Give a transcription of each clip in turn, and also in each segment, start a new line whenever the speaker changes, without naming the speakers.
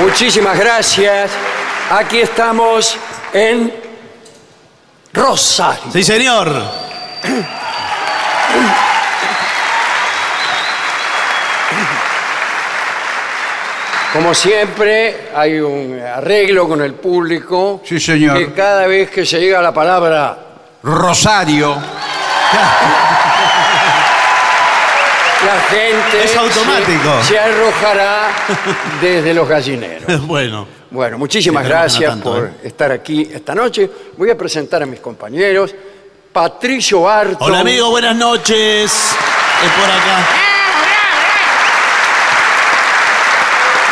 muchísimas gracias. Aquí estamos en Rosario.
Sí, señor.
Como siempre, hay un arreglo con el público.
Sí, señor.
Que cada vez que se llega la palabra,
Rosario.
la gente
Es automático.
se, se arrojará desde los gallineros.
bueno.
Bueno, muchísimas
Sí, pero no
gracias
tanto,
por
¿eh?
estar aquí esta noche. Voy a presentar a mis compañeros. Patricio Barton.
Hola, amigo, buenas noches. Es por acá.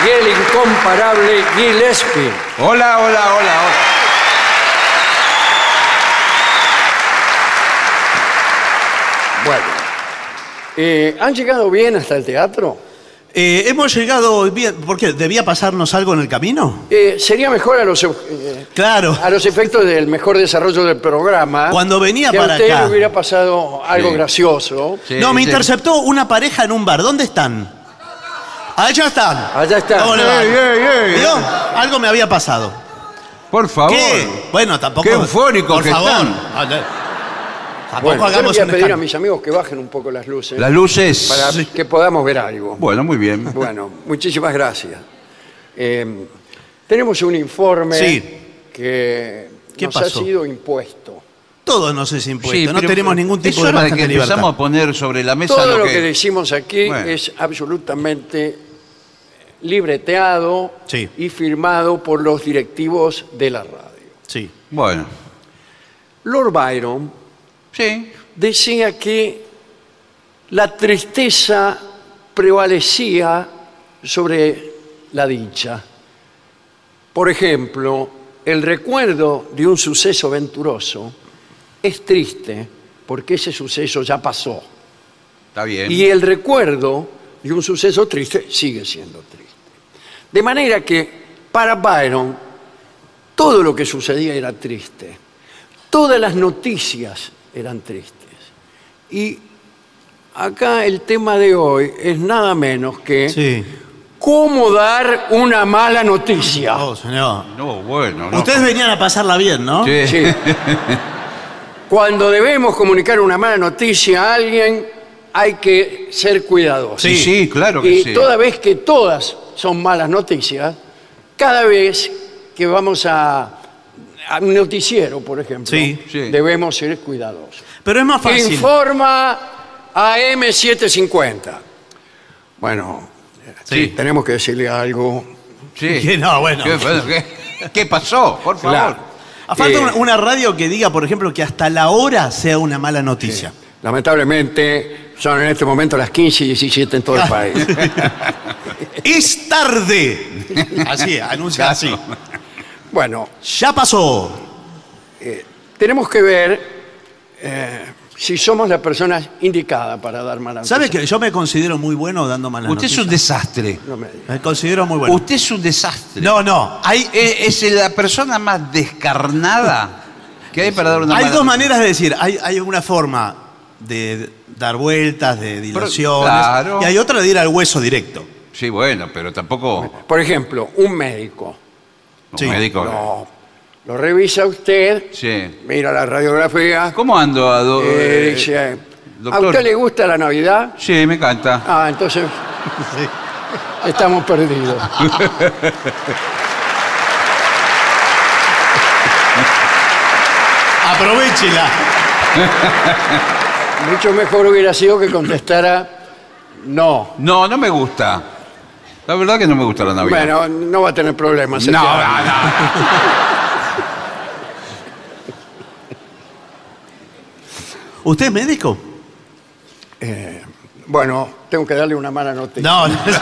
Y el incomparable Gillespie.
Hola, hola, hola, hola.
Bueno, eh, ¿han llegado bien hasta el teatro?
Eh, hemos llegado. bien- ¿Por qué? ¿Debía pasarnos algo en el camino?
Eh, sería mejor a los, eh,
Claro.
a los efectos del mejor desarrollo del programa.
Cuando venía
que
para
a usted
acá.
le hubiera pasado algo
Sí.
gracioso.
Sí,
no, me
sí.
interceptó una pareja en un bar. ¿Dónde están? Allá están.
Allá están.
¿Cómo le va?
Ey, ey, ey.
¿Vio? Algo me había pasado.
Por favor.
¿Qué? Bueno, tampoco.
Qué eufóricos
Por
que
favor.
están.
Ah, eh. Tampoco
Bueno, yo le
hagamos
voy a
un
pedir a
escándalo.
mis amigos que bajen un poco las luces
Las luces.
para que podamos ver algo.
Bueno, muy bien.
Bueno, muchísimas gracias. Eh, tenemos un informe
Sí.
que
¿Qué
nos
pasó?
ha sido impuesto.
Todo nos es impuesto.
Sí,
no
pero-
tenemos ningún
es
tipo de,
hora
margen
que
de libertad.
empezamos a poner sobre la mesa
Todo
lo que...
decimos aquí
Bueno.
es absolutamente libreteado
Sí.
y firmado por los directivos de la radio.
Sí.
Bueno.
Lord Byron
Sí.
decía que la tristeza prevalecía sobre la dicha. Por ejemplo, el recuerdo de un suceso venturoso es triste porque ese suceso ya pasó.
Está bien.
Y el recuerdo de un suceso triste sigue siendo triste. De manera que para Byron todo lo que sucedía era triste. Todas las noticias eran tristes. Y acá el tema de hoy es nada menos que
Sí.
cómo dar una mala noticia.
Oh, señor.
No, bueno. no.
Ustedes venían a pasarla bien, ¿no?
Sí.
Sí. Cuando debemos comunicar una mala noticia a alguien, hay que ser cuidadosos.
Sí, sí, claro que
y
sí.
toda vez que todas son malas noticias, cada vez que vamos a, a un noticiero, por ejemplo,
Sí,
sí.
debemos ser cuidadosos.
Pero es más fácil.
Informa AM750. Bueno,
Sí.
tenemos que decirle algo.
Sí.
Que no, bueno.
¿Qué, bueno, qué- qué pasó? Por favor.
Claro.
Ah, Falta
Eh,
una, una radio que diga, por ejemplo, que hasta la hora sea una mala noticia.
Lamentablemente, son en este momento las 15 y 17 en todo el país.
¡Es tarde! Así, anuncia así.
Bueno,
Ya pasó.
Eh, tenemos que ver eh, si somos la persona indicada para dar malas
¿Sabe
noticias.
que yo me considero muy bueno dando malas
Usted es
noticias?
un desastre.
No me diga.
Me considero muy bueno.
Usted es un desastre. eh,
No, no. Hay,
Es, es la persona más descarnada que hay para dar una
hay
mala noticia.
dos maneras de decir. Hay, hay una forma de dar vueltas, de dilaciones.
claro.
Y hay otra de ir al hueso directo.
Sí, bueno, pero tampoco
Por ejemplo, un médico.
un
Sí.
médico.
No, lo revisa usted,
Sí.
mira la radiografía,
¿Cómo ando, a do-
eh,
eh,
dice, ¿a
doctor?
usted le gusta la Navidad?
Sí, me encanta.
Ah, entonces estamos perdidos.
Aprovechela.
Mucho mejor hubiera sido que contestara no.
No, no me gusta. La verdad que no me gusta la Navidad.
Bueno, no va a tener problemas. este
no,
año.
no, no.
¿Usted es médico?
Eh,
Bueno, tengo que darle una mala noticia.
No, no sé.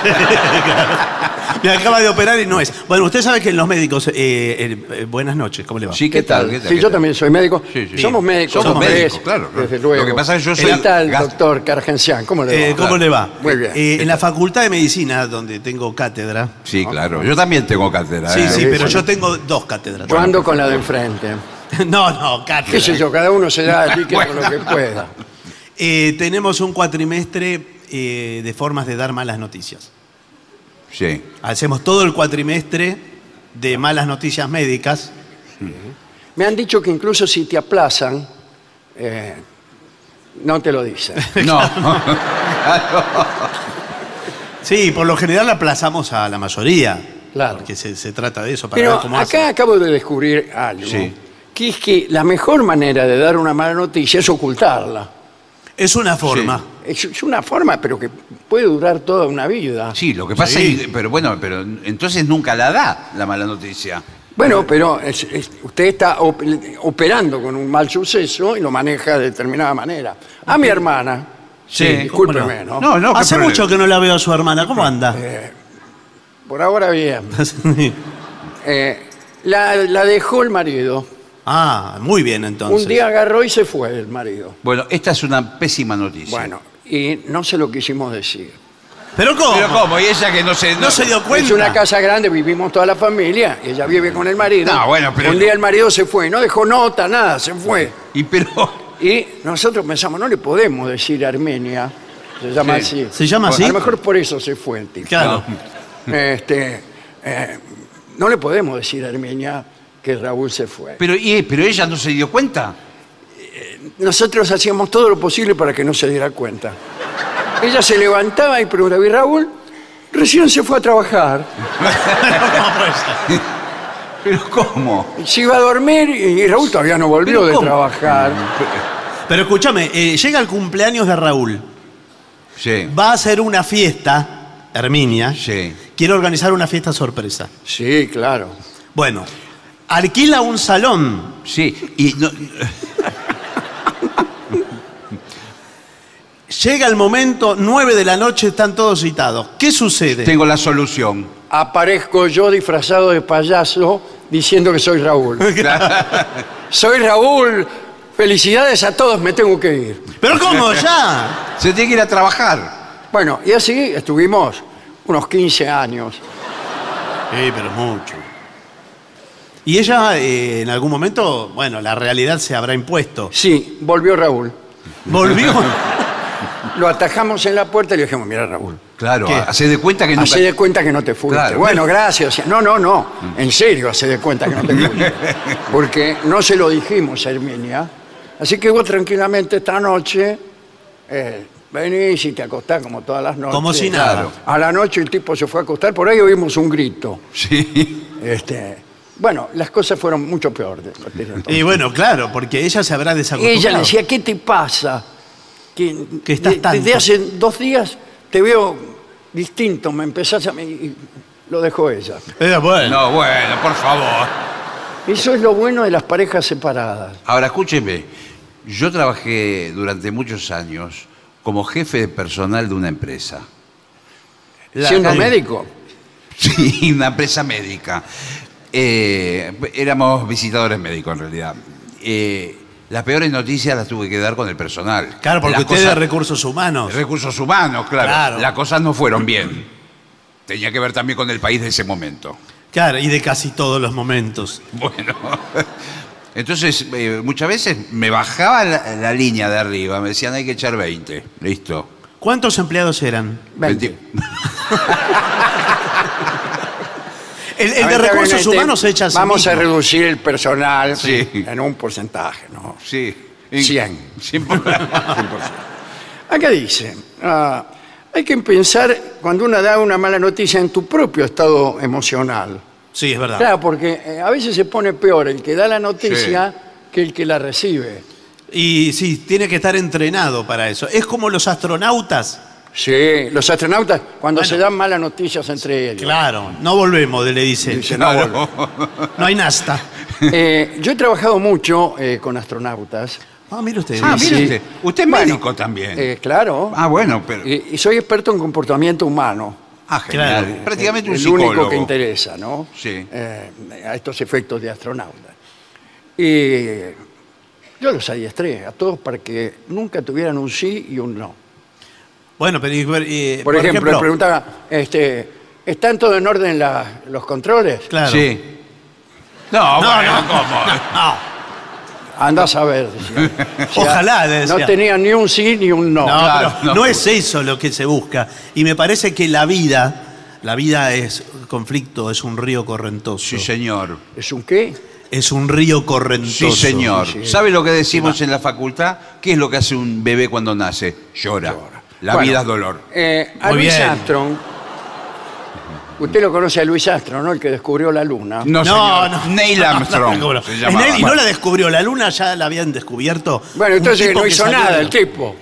Me acaba de operar y no es. Bueno, usted sabe que los médicos. eh, eh, eh, buenas noches, ¿cómo le va?
Sí, ¿qué tal? ¿Qué tal?
Sí,
¿Qué
yo
tal?
también soy médico.
Sí, sí.
Somos médicos.
Somos
los tres,
médicos, claro.
Desde
Lo
luego.
que pasa es que yo
¿Qué
soy
tal,
gastro-
doctor Cargencián? ¿Cómo le va?
Eh, ¿Cómo
Claro.
le va?
Muy bien.
Eh, en la Facultad de Medicina, donde tengo cátedra.
Sí, claro. Yo también tengo cátedra.
Sí,
¿eh?
sí,
sí,
pero
sí.
yo tengo dos cátedras.
Yo ando con la de enfrente.
No, no,
Qué sé
cátedra.
yo, cada uno se da aquí con lo que pueda.
Eh, tenemos un cuatrimestre eh, de formas de dar malas noticias.
Sí.
Hacemos todo el cuatrimestre de malas noticias médicas.
Me han dicho que incluso si te aplazan, eh, no te lo dicen.
No.
Sí, por lo general aplazamos a la mayoría.
Claro.
Porque se, se trata de eso, para
Pero
ver cómo
acá
hacen.
acabo de descubrir algo.
Sí.
Que es que la mejor manera de dar una mala noticia es ocultarla.
Es una forma.
Es, es una forma, pero que puede durar toda una vida.
Sí, lo que pasa
Sí.
es. Pero bueno, pero entonces nunca la da la mala noticia.
Bueno, pero es- es- usted está op- operando con un mal suceso y lo maneja de determinada manera. A mi hermana,
Sí.
discúlpeme, ¿no? Eh,
No, no, qué
Hace
problema.
mucho que no la veo a su hermana. ¿Cómo anda?
Por ahora bien. Eh, la, la dejó el marido.
ah, muy bien entonces.
Un día agarró y se fue el marido.
Bueno, esta es una pésima noticia.
Bueno, y no se lo quisimos decir.
¿Pero cómo?
Pero ¿cómo? ¿Y ella que no se.?
No se dio cuenta.
Es una casa grande, vivimos toda la familia, y ella vive con el marido.
No, bueno, pero-
Un día el marido se fue, no dejó nota, nada, se fue.
Y pero.
Y nosotros pensamos, no le podemos decir a Armenia, se llama
Sí.
así.
¿Se llama así?
A lo mejor por eso se fue el tipo.
Claro.
Este, eh, no le podemos decir a Armenia que Raúl se fue.
Pero, y, pero ella no se dio cuenta.
Nosotros hacíamos todo lo posible para que no se diera cuenta. Ella se levantaba y preguntaba, ¿y Raúl? Recién se fue a trabajar.
Pero ¿cómo?
Se iba a dormir y Raúl todavía no volvió
¿Pero
de
cómo?
trabajar.
Pero escúchame, eh, llega el cumpleaños de Raúl.
Sí.
Va a hacer una fiesta, Herminia.
Sí.
Quiere organizar una fiesta sorpresa.
Sí, claro.
Bueno, alquila un salón.
Sí. Y no-
Llega el momento, 9 de la noche, están todos citados. ¿Qué sucede?
tengo la solución.
Aparezco yo disfrazado de payaso diciendo que soy Raúl. soy Raúl. Felicidades a todos, me tengo que ir.
¿Pero cómo? ¿Ya?
Se tiene que ir a trabajar.
Bueno, y así estuvimos unos 15 años.
Sí, pero mucho. Y ella, eh, en algún momento, bueno, la realidad se habrá impuesto.
Sí, volvió Raúl.
Volvió.
lo atajamos en la puerta y le dijimos, mira Raúl,
Claro,
¿Qué?
hace de cuenta que nunca...
hace de cuenta que no te fuiste.
Claro. Mm.
Bueno, gracias. No, no, no. En serio, hace de cuenta que no te fuiste. Porque no se lo dijimos, Herminia. Así que vos tranquilamente esta noche eh, venís y te acostás como todas las noches.
Como si nada.
A la noche el tipo se fue a acostar, por ahí oímos un grito.
Sí.
Este, bueno, las cosas fueron mucho peor. de- de- de-
Y bueno, claro, porque ella se habrá
Y
desacostumbrado.
ella le decía, ¿qué te pasa? Que,
Que estás
de- Desde
tanto".
hace dos días te veo distinto, me empezás a... Y lo dejó ella.
Era Eh, bueno.
No, bueno, por favor.
Eso es lo bueno de las parejas separadas.
Ahora, escúcheme. Yo trabajé durante muchos años como jefe de personal de una empresa. La-
Siendo
la-
médico,
Sí, una empresa médica. Eh, éramos visitadores médicos, en realidad. Eh, las peores noticias las tuve que dar con el personal.
Claro, porque
Las
usted es de
cosas-
recursos humanos.
Recursos humanos, claro.
Claro.
Las cosas no fueron bien. Tenía que ver también con el país de ese momento.
Claro, y de casi todos los momentos.
Bueno. Entonces, eh, muchas veces me bajaba la, la línea de arriba, me decían hay que echar 20. Listo.
¿Cuántos empleados eran?
veinte.
El, el
A
de
ver,
recursos
Gabinete,
humanos echa a sí
Vamos a
mismo.
reducir el personal
Sí.
en un porcentaje, ¿no?
Sí.
Cien.
Cien por-
Acá dice, ah, hay que pensar cuando uno da una mala noticia en tu propio estado emocional.
Sí, es verdad.
Claro, porque eh, a veces se pone peor el que da la noticia que el que la recibe.
Y sí, tiene que estar entrenado para eso. Es como los astronautas.
Sí, los astronautas cuando
Bueno.
se dan malas noticias entre ellos.
Claro, no volvemos, le dicen.
Dicen, "No,
Claro.
No hay nasta.
Eh, yo he trabajado mucho eh, con astronautas.
Ah, mire usted.
Ah,
dice.
mire usted. Usted es
Bueno,
médico también.
eh, claro. Eh,
ah, bueno, pero.
Y, y soy experto en comportamiento humano.
ah, genial.
claro.
Prácticamente un
Eh, el
psicólogo.
único que interesa, ¿no?
Sí.
Eh, a estos efectos de astronauta. Y yo los adiestré a todos para que nunca tuvieran un sí y un no.
Bueno, pero eh,
Por, ejemplo, le preguntaba, este, ¿están todo en orden la- los controles?
Claro.
Sí. No,
No,
bueno,
no.
¿cómo?
No,
Anda a saber. decía. O sea,
Ojalá, decía.
No tenía ni un sí ni un no.
no,
claro,
pero
no.
no es eso lo que se busca. Y me parece que la vida, la vida es conflicto, es un río correntoso.
Sí, señor.
¿Es un qué?
Es un río
Sí,
correntoso.
señor.
Sí, sí.
¿Sabe lo que decimos en la facultad? ¿Qué es lo que hace un bebé cuando nace? Llora. La
Bueno,
vida es dolor.
eh, a
Muy
Luis
bien.
Armstrong, usted lo conoce a Luis Armstrong, ¿no? El que descubrió la luna.
No,
No,
señor.
no.
Neil Armstrong.
No, no,
se
no.
llamaba.
Neil- y no la descubrió, la luna ya la habían descubierto.
Bueno,
Un
entonces
tipo
no
que
hizo
salió
nada
de-
el tipo.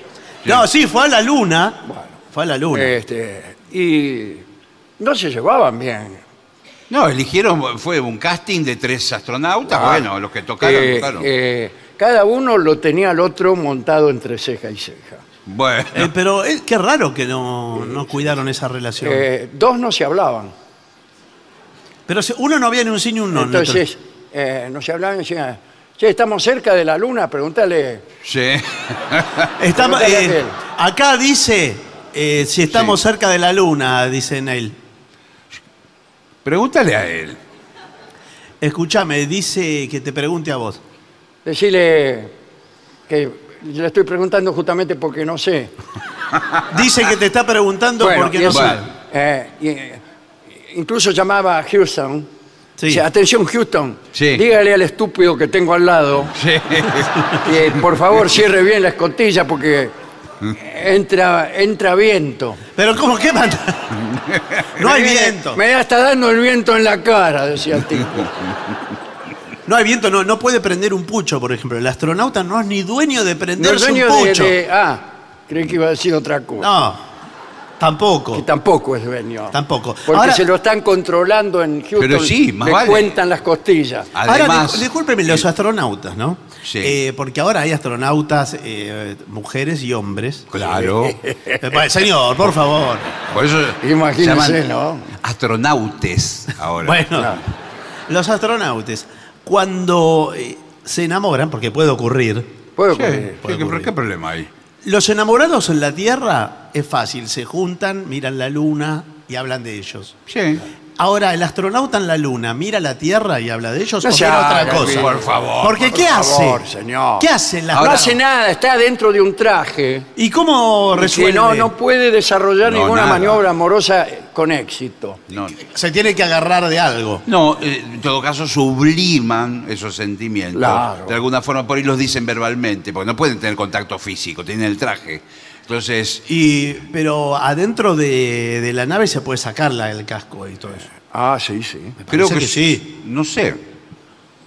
No, sí, fue a la luna. Fue a la luna.
Este, y no se llevaban bien.
No, eligieron, fue un casting de tres astronautas. Bueno, los que tocaron,
Ah. Eh,
tocaron.
eh, cada uno lo tenía al otro montado entre ceja y ceja.
bueno.
Eh, pero eh, qué raro que no, no cuidaron esa relación.
Eh, dos no se hablaban.
pero si uno no viene un sí ni un no. en otro.
Entonces, eh, no se hablaban y decían, che, estamos cerca de la luna, pregúntale.
sí.
Estamos,
Pregúntale a
eh,
él.
acá dice, eh, si estamos cerca de la luna, dice Neil.
Pregúntale a él.
Escúchame, dice que te pregunte a vos.
Decirle que le estoy preguntando justamente porque no sé.
Dice que te está preguntando porque
y
no
eso,
sabe.
eh, y, eh, incluso llamaba a Houston.
Sí.
Decía, Atención, Houston.
Sí.
Dígale al estúpido que tengo al lado
Sí.
que por favor cierre bien la escotilla porque entra, entra viento.
Pero ¿cómo que manda? No hay viento.
Me está dando el viento en la cara, decía el tipo.
No hay viento, no, no puede prender un pucho, por ejemplo. El astronauta no es ni dueño de
No, el
prenderse
dueño
un
de,
pucho.
de- Ah, creí que iba a decir otra cosa.
No,
Que
tampoco.
tampoco es dueño.
Tampoco.
Porque
Ahora-
se lo están controlando en Houston.
Pero sí, más
le
vale.
cuentan las costillas.
ahora,
Además, eh,
dis- discúlpeme, los astronautas, ¿no?
Sí.
Eh, porque ahora hay astronautas, eh, mujeres y hombres.
claro.
Eh, bueno, señor, por favor.
Por eso
Imagínese,
se llaman
¿no?
Astronautes ahora.
Bueno, los astronautas, cuando eh, se enamoran, porque puede ocurrir,
Puede
Sí,
ocurrir.
sí, ¿qué- pero ¿Qué problema hay?
Los enamorados en la Tierra es fácil, se juntan, miran la luna y hablan de ellos.
Sí.
Ahora, el astronauta en la Luna mira la Tierra y habla de ellos
No
o
se
mira otra
haga,
cosa.
por favor,
Porque,
Por
¿qué
favor,
hace?
señor.
¿Qué hace el
no
astronauta?
hace nada, está dentro de un traje.
¿Y cómo
Que
resuelve?
no, no puede desarrollar
No,
ninguna
nada.
maniobra amorosa con éxito.
No,
Se tiene que agarrar de algo.
no, eh, en todo caso subliman esos sentimientos.
Claro.
De alguna forma, por ahí los dicen verbalmente, porque no pueden tener contacto físico, tienen el traje. Entonces,
Y, pero adentro de, de la nave se puede sacar la- el casco y todo eso.
Ah, sí, sí.
creo
parece
que,
que sí.
No sé.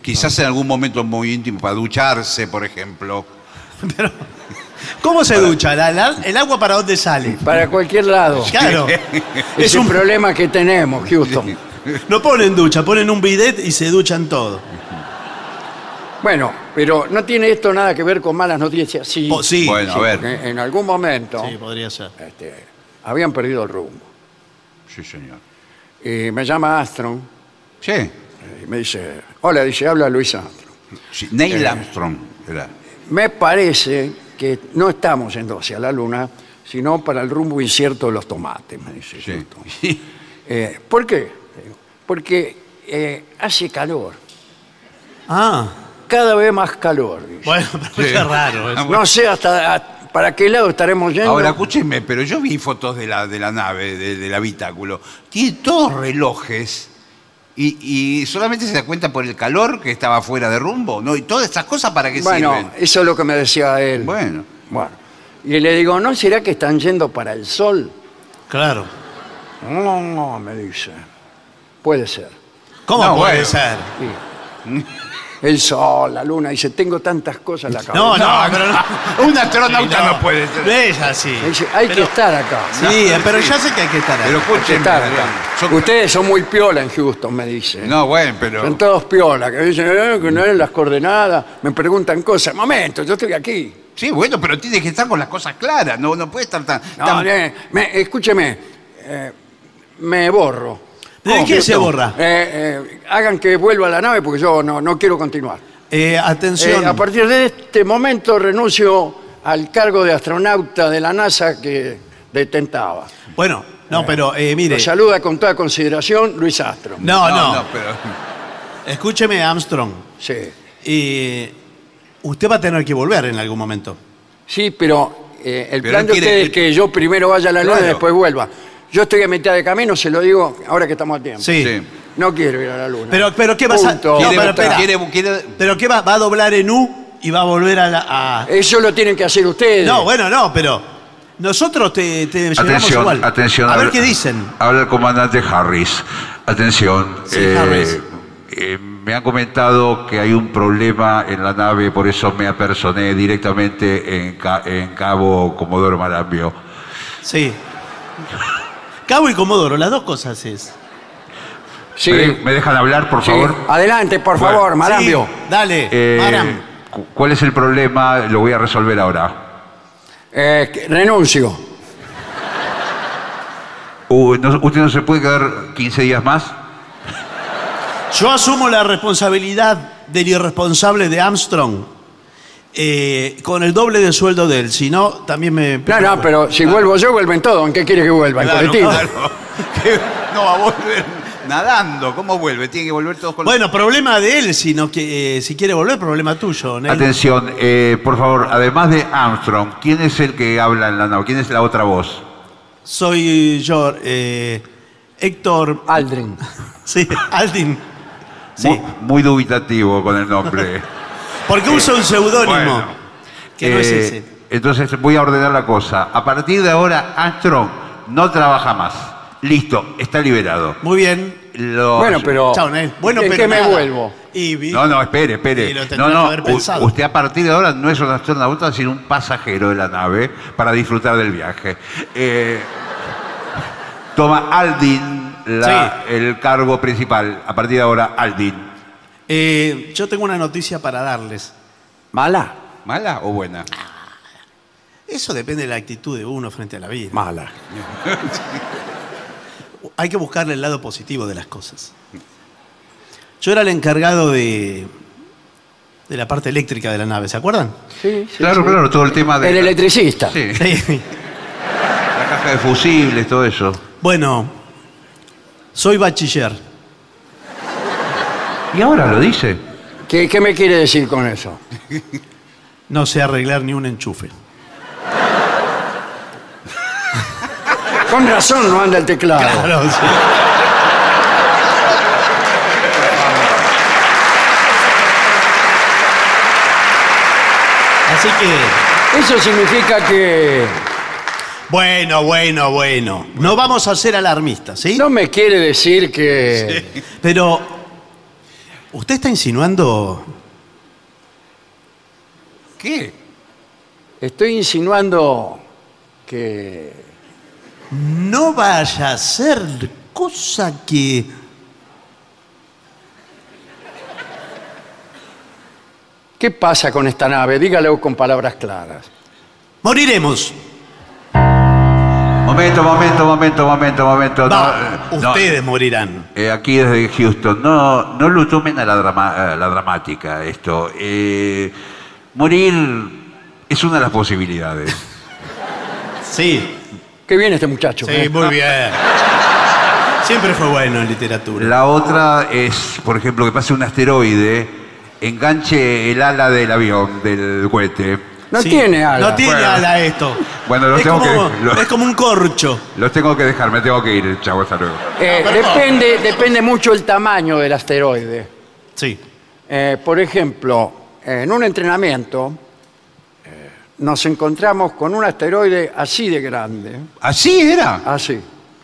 Quizás en algún momento muy íntimo, para ducharse, por ejemplo.
¿Cómo se ducha? ¿La- la- ¿El agua para dónde sale?
Para cualquier lado.
Claro.
Es
Es
un
un-
problema que tenemos, Houston.
No ponen ducha, ponen un bidet y se duchan todo.
Bueno, pero no tiene esto nada que ver con malas noticias. Sí,
Po- sí.
Oh, bueno, a
porque
ver.
en algún momento
Sí, podría ser.
este, habían perdido el rumbo.
Sí, señor.
Y me llama Armstrong
Sí.
y me dice, hola, dice, habla Luis Armstrong. Eh,
Sí, Neil Armstrong era.
Me parece que no estamos yendo hacia la luna, sino para el rumbo incierto de los tomates, me dice.
Sí.
Houston. Eh, ¿Por qué? Porque eh, hace calor,
Ah,
cada vez más calor. dice.
bueno, pero es raro. eso.
No sé hasta a- para qué lado estaremos yendo.
Ahora, escúcheme, pero yo vi fotos de la, de la nave, de- del habitáculo. Tiene todos relojes y, y solamente se da cuenta por el calor que estaba fuera de rumbo, ¿no? Y todas estas cosas para qué
bueno,
sirven.
eso es lo que me decía él.
Bueno,
Bueno, y le digo, ¿no será que están yendo para el sol?
Claro.
No, no, me dice. Puede ser.
¿Cómo
No,
puede
bueno.
ser?
El sol, la luna, dice, tengo tantas cosas en la cabeza.
No, no, pero no.
un astronauta no. puede ser.
Es así.
Me dice, hay que estar acá.
Sí, pero ya sé que hay que estar ahí.
Pero
Hay que
escúcheme.
estar acá.
yo-
Ustedes son muy piola en Houston, me dice.
No, bueno, pero.
Son todos piola, que dicen eh, que no eran las coordenadas, me preguntan cosas. Momento, yo estoy aquí.
Sí, bueno, pero tiene que estar con las cosas claras, no, no puede estar tan.
No,
tan-
eh, me- escúcheme, eh, me borro.
¿De qué se
Houston?
borra?
Eh, eh, hagan que vuelva a la nave porque yo no, no quiero continuar.
Eh, atención.
Eh, a partir de este momento renuncio al cargo de astronauta de la NASA que detentaba.
Bueno, no, pero eh, mire.
Lo saluda con toda consideración Luis Astro.
No, no,
pero.
Escúcheme, Armstrong.
Sí.
eh, usted va a tener que volver en algún momento.
Sí, pero eh, el
Pero
plan
él
de
quiere-
ustedes es que yo primero vaya a la luna y
Claro.
después vuelva. Yo estoy a mitad de camino, se lo digo ahora que estamos a tiempo.
Sí.
Sí.
No quiero ir a la luna.
Pero- pero ¿qué vas a-
Punto.
No,
Quiere-
pero espera.
quiere- quiere-
¿Pero qué va? ¿Va a doblar en U y va a volver a la. a-
Eso lo tienen que hacer ustedes.
No, bueno, no, pero. Nosotros te, te llevamos
Atención,
igual.
atención.
A ver
habla-
qué dicen.
Habla el comandante Harris. Atención.
Sí, Harris.
eh, me han comentado que hay un problema en la nave, por eso me apersoné directamente en, Ca- en Cabo Comodoro Marambio.
Sí. Cabo y Comodoro, las dos cosas es.
sí.
¿Me, de- me dejan hablar, por
sí.
favor?
Adelante, por
Bueno.
favor, Marambio.
Sí, dale,
Eh,
Maram.
cu- ¿Cuál es el problema? Lo voy a resolver ahora.
Eh, que- renuncio.
Uh, no- ¿Usted no se puede quedar 15 días más?
Yo asumo la responsabilidad del irresponsable de Armstrong eh, con el doble de sueldo de él. Si no, también me.
No, no, pero si vuelvo yo, vuelven todos. ¿En qué quieres que vuelva? En
Claro,
colectivo.
claro. Que no va a
eh,
volver nadando. ¿Cómo vuelve? Tiene que volver todos con
Bueno, problema de él, si, no que, eh, si quiere volver, problema tuyo. Ney.
Atención, eh, por favor, además de Armstrong, ¿quién es el que habla en la nave? ¿Quién es la otra voz?
Soy yo, eh, Héctor.
Aldrin.
Sí, Aldin. Sí,
Muy, muy dubitativo con el nombre.
porque usa un seudónimo.
bueno.
que no es
Eh,
ese.
Entonces voy a ordenar la cosa. A partir de ahora, Armstrong no trabaja más. Listo, está liberado.
Muy bien.
Los-
Bueno, pero.
Chao, Ney. Bueno,
¿En
pero
qué me
nada.
vuelvo?
Y vi-
No, no, espere, espere.
Y lo tendría
no,
que
no,
haber
u-
pensado.
usted a partir de ahora no es un astronauta, sino un pasajero de la nave para disfrutar del viaje. Eh, toma Aldin la- el cargo principal. A partir de ahora, Aldin.
Eh, yo tengo una noticia para darles.
Mala.
¿Mala o buena?
Eso depende de la actitud de uno frente a la vida.
Mala.
Hay que buscarle el lado positivo de las cosas. Yo era el encargado de, de la parte eléctrica de la nave, ¿se acuerdan?
Sí, sí,
Claro,
sí.
claro, todo el tema de
El
la-
electricista.
Sí,
Sí.
la caja de fusibles, todo eso.
Bueno, Soy bachiller.
Y ahora lo dice.
¿Qué, qué me quiere decir con eso?
No sé arreglar ni un enchufe.
Con razón no anda el teclado.
Claro, sí. Así que,
Eso significa que
bueno, bueno, bueno. No vamos a ser alarmistas, ¿sí?
no me quiere decir que...
Pero, ¿usted está insinuando
¿Qué?
Estoy insinuando que...
no vaya a ser cosa que...
¿Qué pasa con esta nave? Dígalo con palabras claras.
Moriremos.
Momento, momento, momento, momento, momento.
Va,
No, no.
ustedes morirán.
Eh, aquí desde Houston, no, no lo tomen a la, drama- a la dramática esto. Eh, morir es una de las posibilidades.
Sí,
Qué bien este muchacho.
sí,
¿eh?
muy bien. Siempre fue bueno en literatura.
La otra es, por ejemplo, que pase un asteroide, enganche el ala del avión, del cohete.
No
Sí.
tiene algo.
No tiene
Bueno.
ala esto.
Bueno, lo
es,
tengo
como,
que- lo-
es como un corcho.
Los tengo que dejar, me tengo que ir. Chavo, hasta luego.
Eh, depende, depende mucho el tamaño del asteroide.
Sí.
Eh, por ejemplo, en un entrenamiento eh, nos encontramos con un asteroide así de grande,
¿Así era?
así.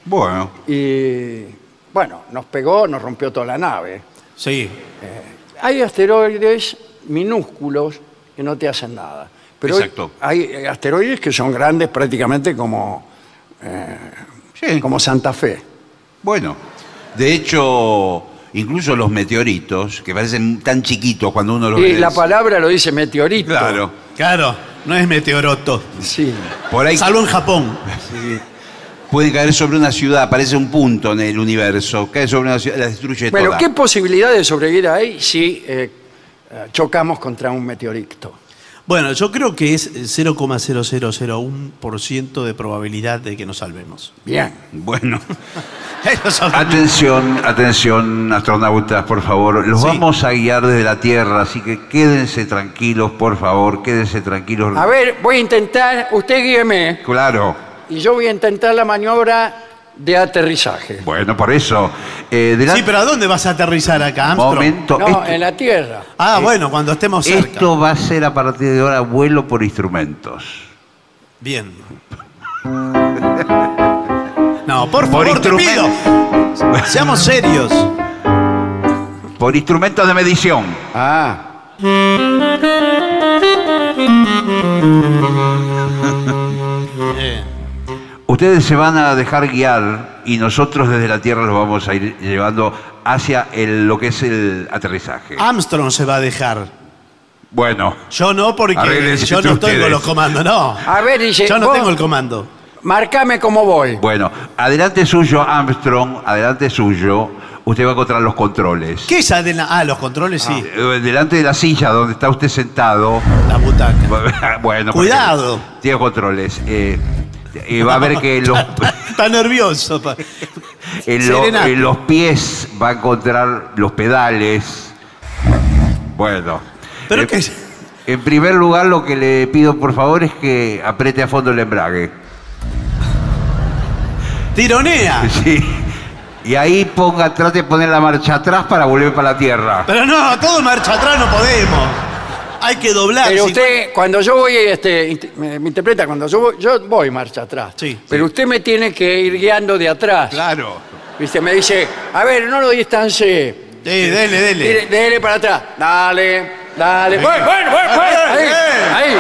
Bueno.
Y bueno, nos pegó, nos rompió toda la nave.
Sí.
Eh. Hay asteroides minúsculos que no te hacen nada. Pero
Exacto.
hay eh, asteroides que son grandes prácticamente como, eh,
Sí.
como Santa Fe.
Bueno, de hecho, incluso los meteoritos, que parecen tan chiquitos cuando uno los
Y
ve.
la palabra lo dice meteorito.
Claro.
Claro, no es meteoroto.
Sí.
Por ahí
Salvo en Japón.
pueden caer sobre una ciudad, aparece un punto en el universo, cae sobre una ciudad, la destruye
Bueno,
toda.
¿qué posibilidades de sobrevivir hay si eh, eh, chocamos contra un meteorito?
Bueno, yo creo que es 0,0001% de probabilidad de que nos salvemos.
Bien.
Bueno,
Nos salvamos.
Atención, atención, astronautas, por favor. Los
Sí.
vamos a guiar desde la Tierra, así que quédense tranquilos, por favor, quédense tranquilos.
A ver, voy a intentar, usted guíeme,
Claro.
y yo voy a intentar la maniobra de aterrizaje.
Bueno, por eso. Eh, de la-
Sí, pero ¿a dónde vas a aterrizar acá, Armstrong?
Momento.
No,
esto,
en la Tierra.
Ah, bueno, cuando estemos cerca.
esto va a ser a partir de ahora vuelo por instrumentos.
Bien. No, por
Por
favor, te pido. Seamos serios.
Por instrumentos de medición.
Ah,
Ustedes se van a dejar guiar y nosotros desde la Tierra los vamos a ir llevando hacia el- lo que es el aterrizaje.
Armstrong se va a dejar.
Bueno,
Yo no, porque
Arréglense
yo no
ustedes.
tengo los comandos, no.
A ver, dice,
Yo no
vos-
tengo el comando.
marcame cómo voy.
bueno, adelante suyo Armstrong, adelante suyo, usted va a encontrar los controles.
¿Qué es adena- Ah, los controles sí.
Eh, Delante de la silla donde está usted sentado.
La butaca.
bueno,
Cuidado.
porque Tiene controles. eh, eh, va a ver que los,
Está nervioso. pa-
en, lo-
Serenate.
en los pies va a encontrar los pedales. Bueno.
Pero
Eh,
que-
En primer lugar, lo que le pido por favor es que apriete a fondo el embrague.
Tironea.
Sí. Y ahí ponga, trate de poner la marcha atrás para volver para la tierra.
Pero no, todo marcha atrás no podemos. Hay que doblar.
Pero
si-
usted, cuando yo voy, este, int- me, me interpreta, cuando yo voy, yo voy marcha atrás.
Sí,
pero usted me tiene que ir guiando de atrás.
claro.
Viste, me dice, a ver, no lo distancie.
Sí, dele,
Dele,
dele.
dele para atrás. Dale, dale. Bueno, bueno, bueno, bueno. Ahí, ahí.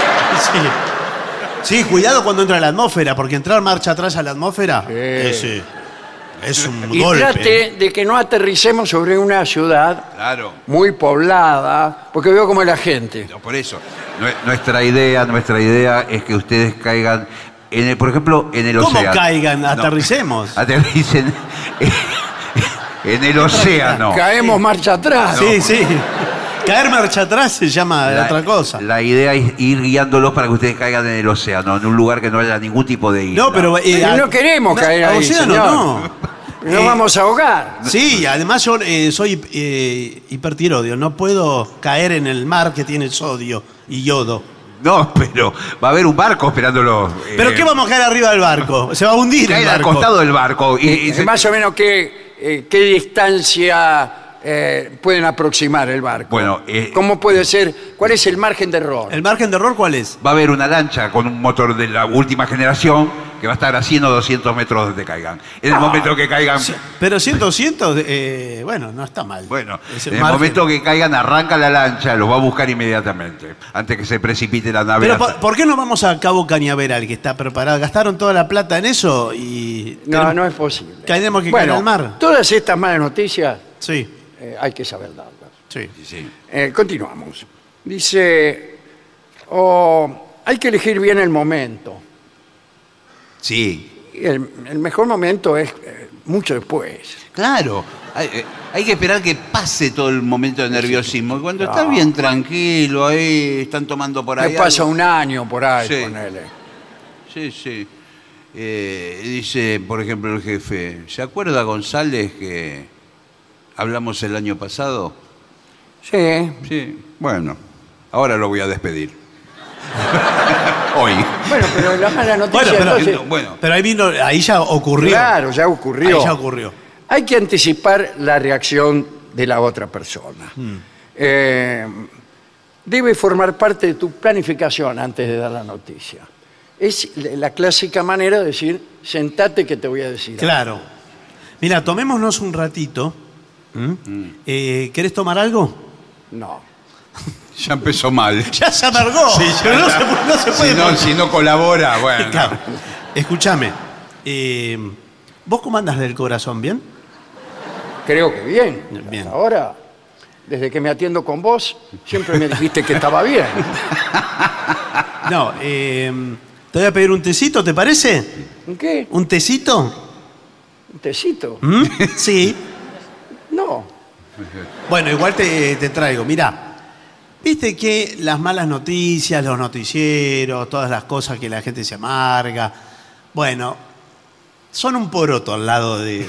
Sí. Sí, cuidado cuando entra a la atmósfera, porque entrar marcha atrás a la atmósfera es, eh, es un
Y
golpe.
trate de que no aterricemos sobre una ciudad
Claro.
muy poblada, porque veo como la gente.
No, por eso.
Nue- Nuestra idea, nuestra idea es que ustedes caigan, en el- por ejemplo, en el
¿Cómo
océano.
caigan? Aterricemos.
Aterricen en el océano.
Caemos marcha atrás.
Sí, sí. Caer marcha atrás se llama
La-
Ah, otra cosa.
La idea es ir guiándolos para que ustedes caigan en el océano, en un lugar que no haya ningún tipo de isla.
no, pero. eh,
No queremos caer
a
ahí,
Océano,
señor.
no.
Nos vamos a ahogar.
Eh, Sí, además yo eh, soy eh, hipertiroideo, no puedo caer en el mar que tiene sodio y yodo.
No, pero va a haber un barco esperándolo. eh,
¿Pero qué vamos a caer arriba del barco? Se va a hundir el
caer al
barco.
costado del barco. Y, y
Eh,
se-
Más o menos qué, eh, qué distancia eh, pueden aproximar el barco.
Bueno, eh,
¿Cómo puede ser? ¿Cuál es el margen de error?
¿El margen de error cuál es?
va a haber una lancha con un motor de la última generación que va a estar a 100 o 200 metros donde caigan. En
Ah,
el momento que caigan,
Pero 100, 200, eh, bueno, no está mal.
bueno,
Ese
en el
margen.
momento que caigan, arranca la lancha, los va a buscar inmediatamente, antes que se precipite la nave.
Pero
hasta-
¿por, por qué no vamos a Cabo Cañaveral, que está preparado? ¿Gastaron toda la plata en eso? y
No,
tenemos-
no es posible.
Tenemos que
bueno,
caer al mar.
Todas estas malas noticias
Sí,
eh, hay que saber darlas.
sí.
Eh, continuamos. Dice, oh, hay que elegir bien el momento.
Sí.
El, el mejor momento es eh, mucho después.
Claro. Hay, eh, hay que esperar que pase todo el momento de nerviosismo. Y cuando está bien tranquilo, ahí están tomando por ahí.
Me pasa
algo.
un año por ahí,
Sí.
ponele.
Sí, sí. Eh, dice, por ejemplo, el jefe, ¿se acuerda González que hablamos el año pasado?
Sí.
Sí. Bueno, ahora lo voy a despedir. Hoy.
Bueno, pero la mala noticia
Bueno, pero-
entonces-
Bueno,
Pero ahí vino, ahí ya ocurrió.
Claro, ya ocurrió.
Ahí ya ocurrió.
Hay que anticipar la reacción de la otra persona. Eh, debe formar parte de tu planificación antes de dar la noticia. Es la la clásica manera de decir, sentate que te voy a decir.
Claro. Mira, tomémonos un ratito. ¿Mm? Eh, ¿Querés tomar algo?
No.
ya empezó mal.
Ya se amargó. pero no, se, pu- no se puede.
Si no, si no colabora, bueno.
Claro. Escúchame. eh, ¿Vos cómo andás del corazón? ¿Bien?
Creo que bien.
Bien.
Hasta ahora, desde que me atiendo con vos, siempre me dijiste que estaba bien.
No, eh, te voy a pedir un tecito, ¿te parece?
¿Un qué?
¿Un tecito?
¿Un tecito?
¿Mm? Sí.
No.
Bueno, igual te, te traigo. Mirá, viste que las malas noticias, los noticieros, todas las cosas que la gente se amarga, bueno, son un poroto al lado de.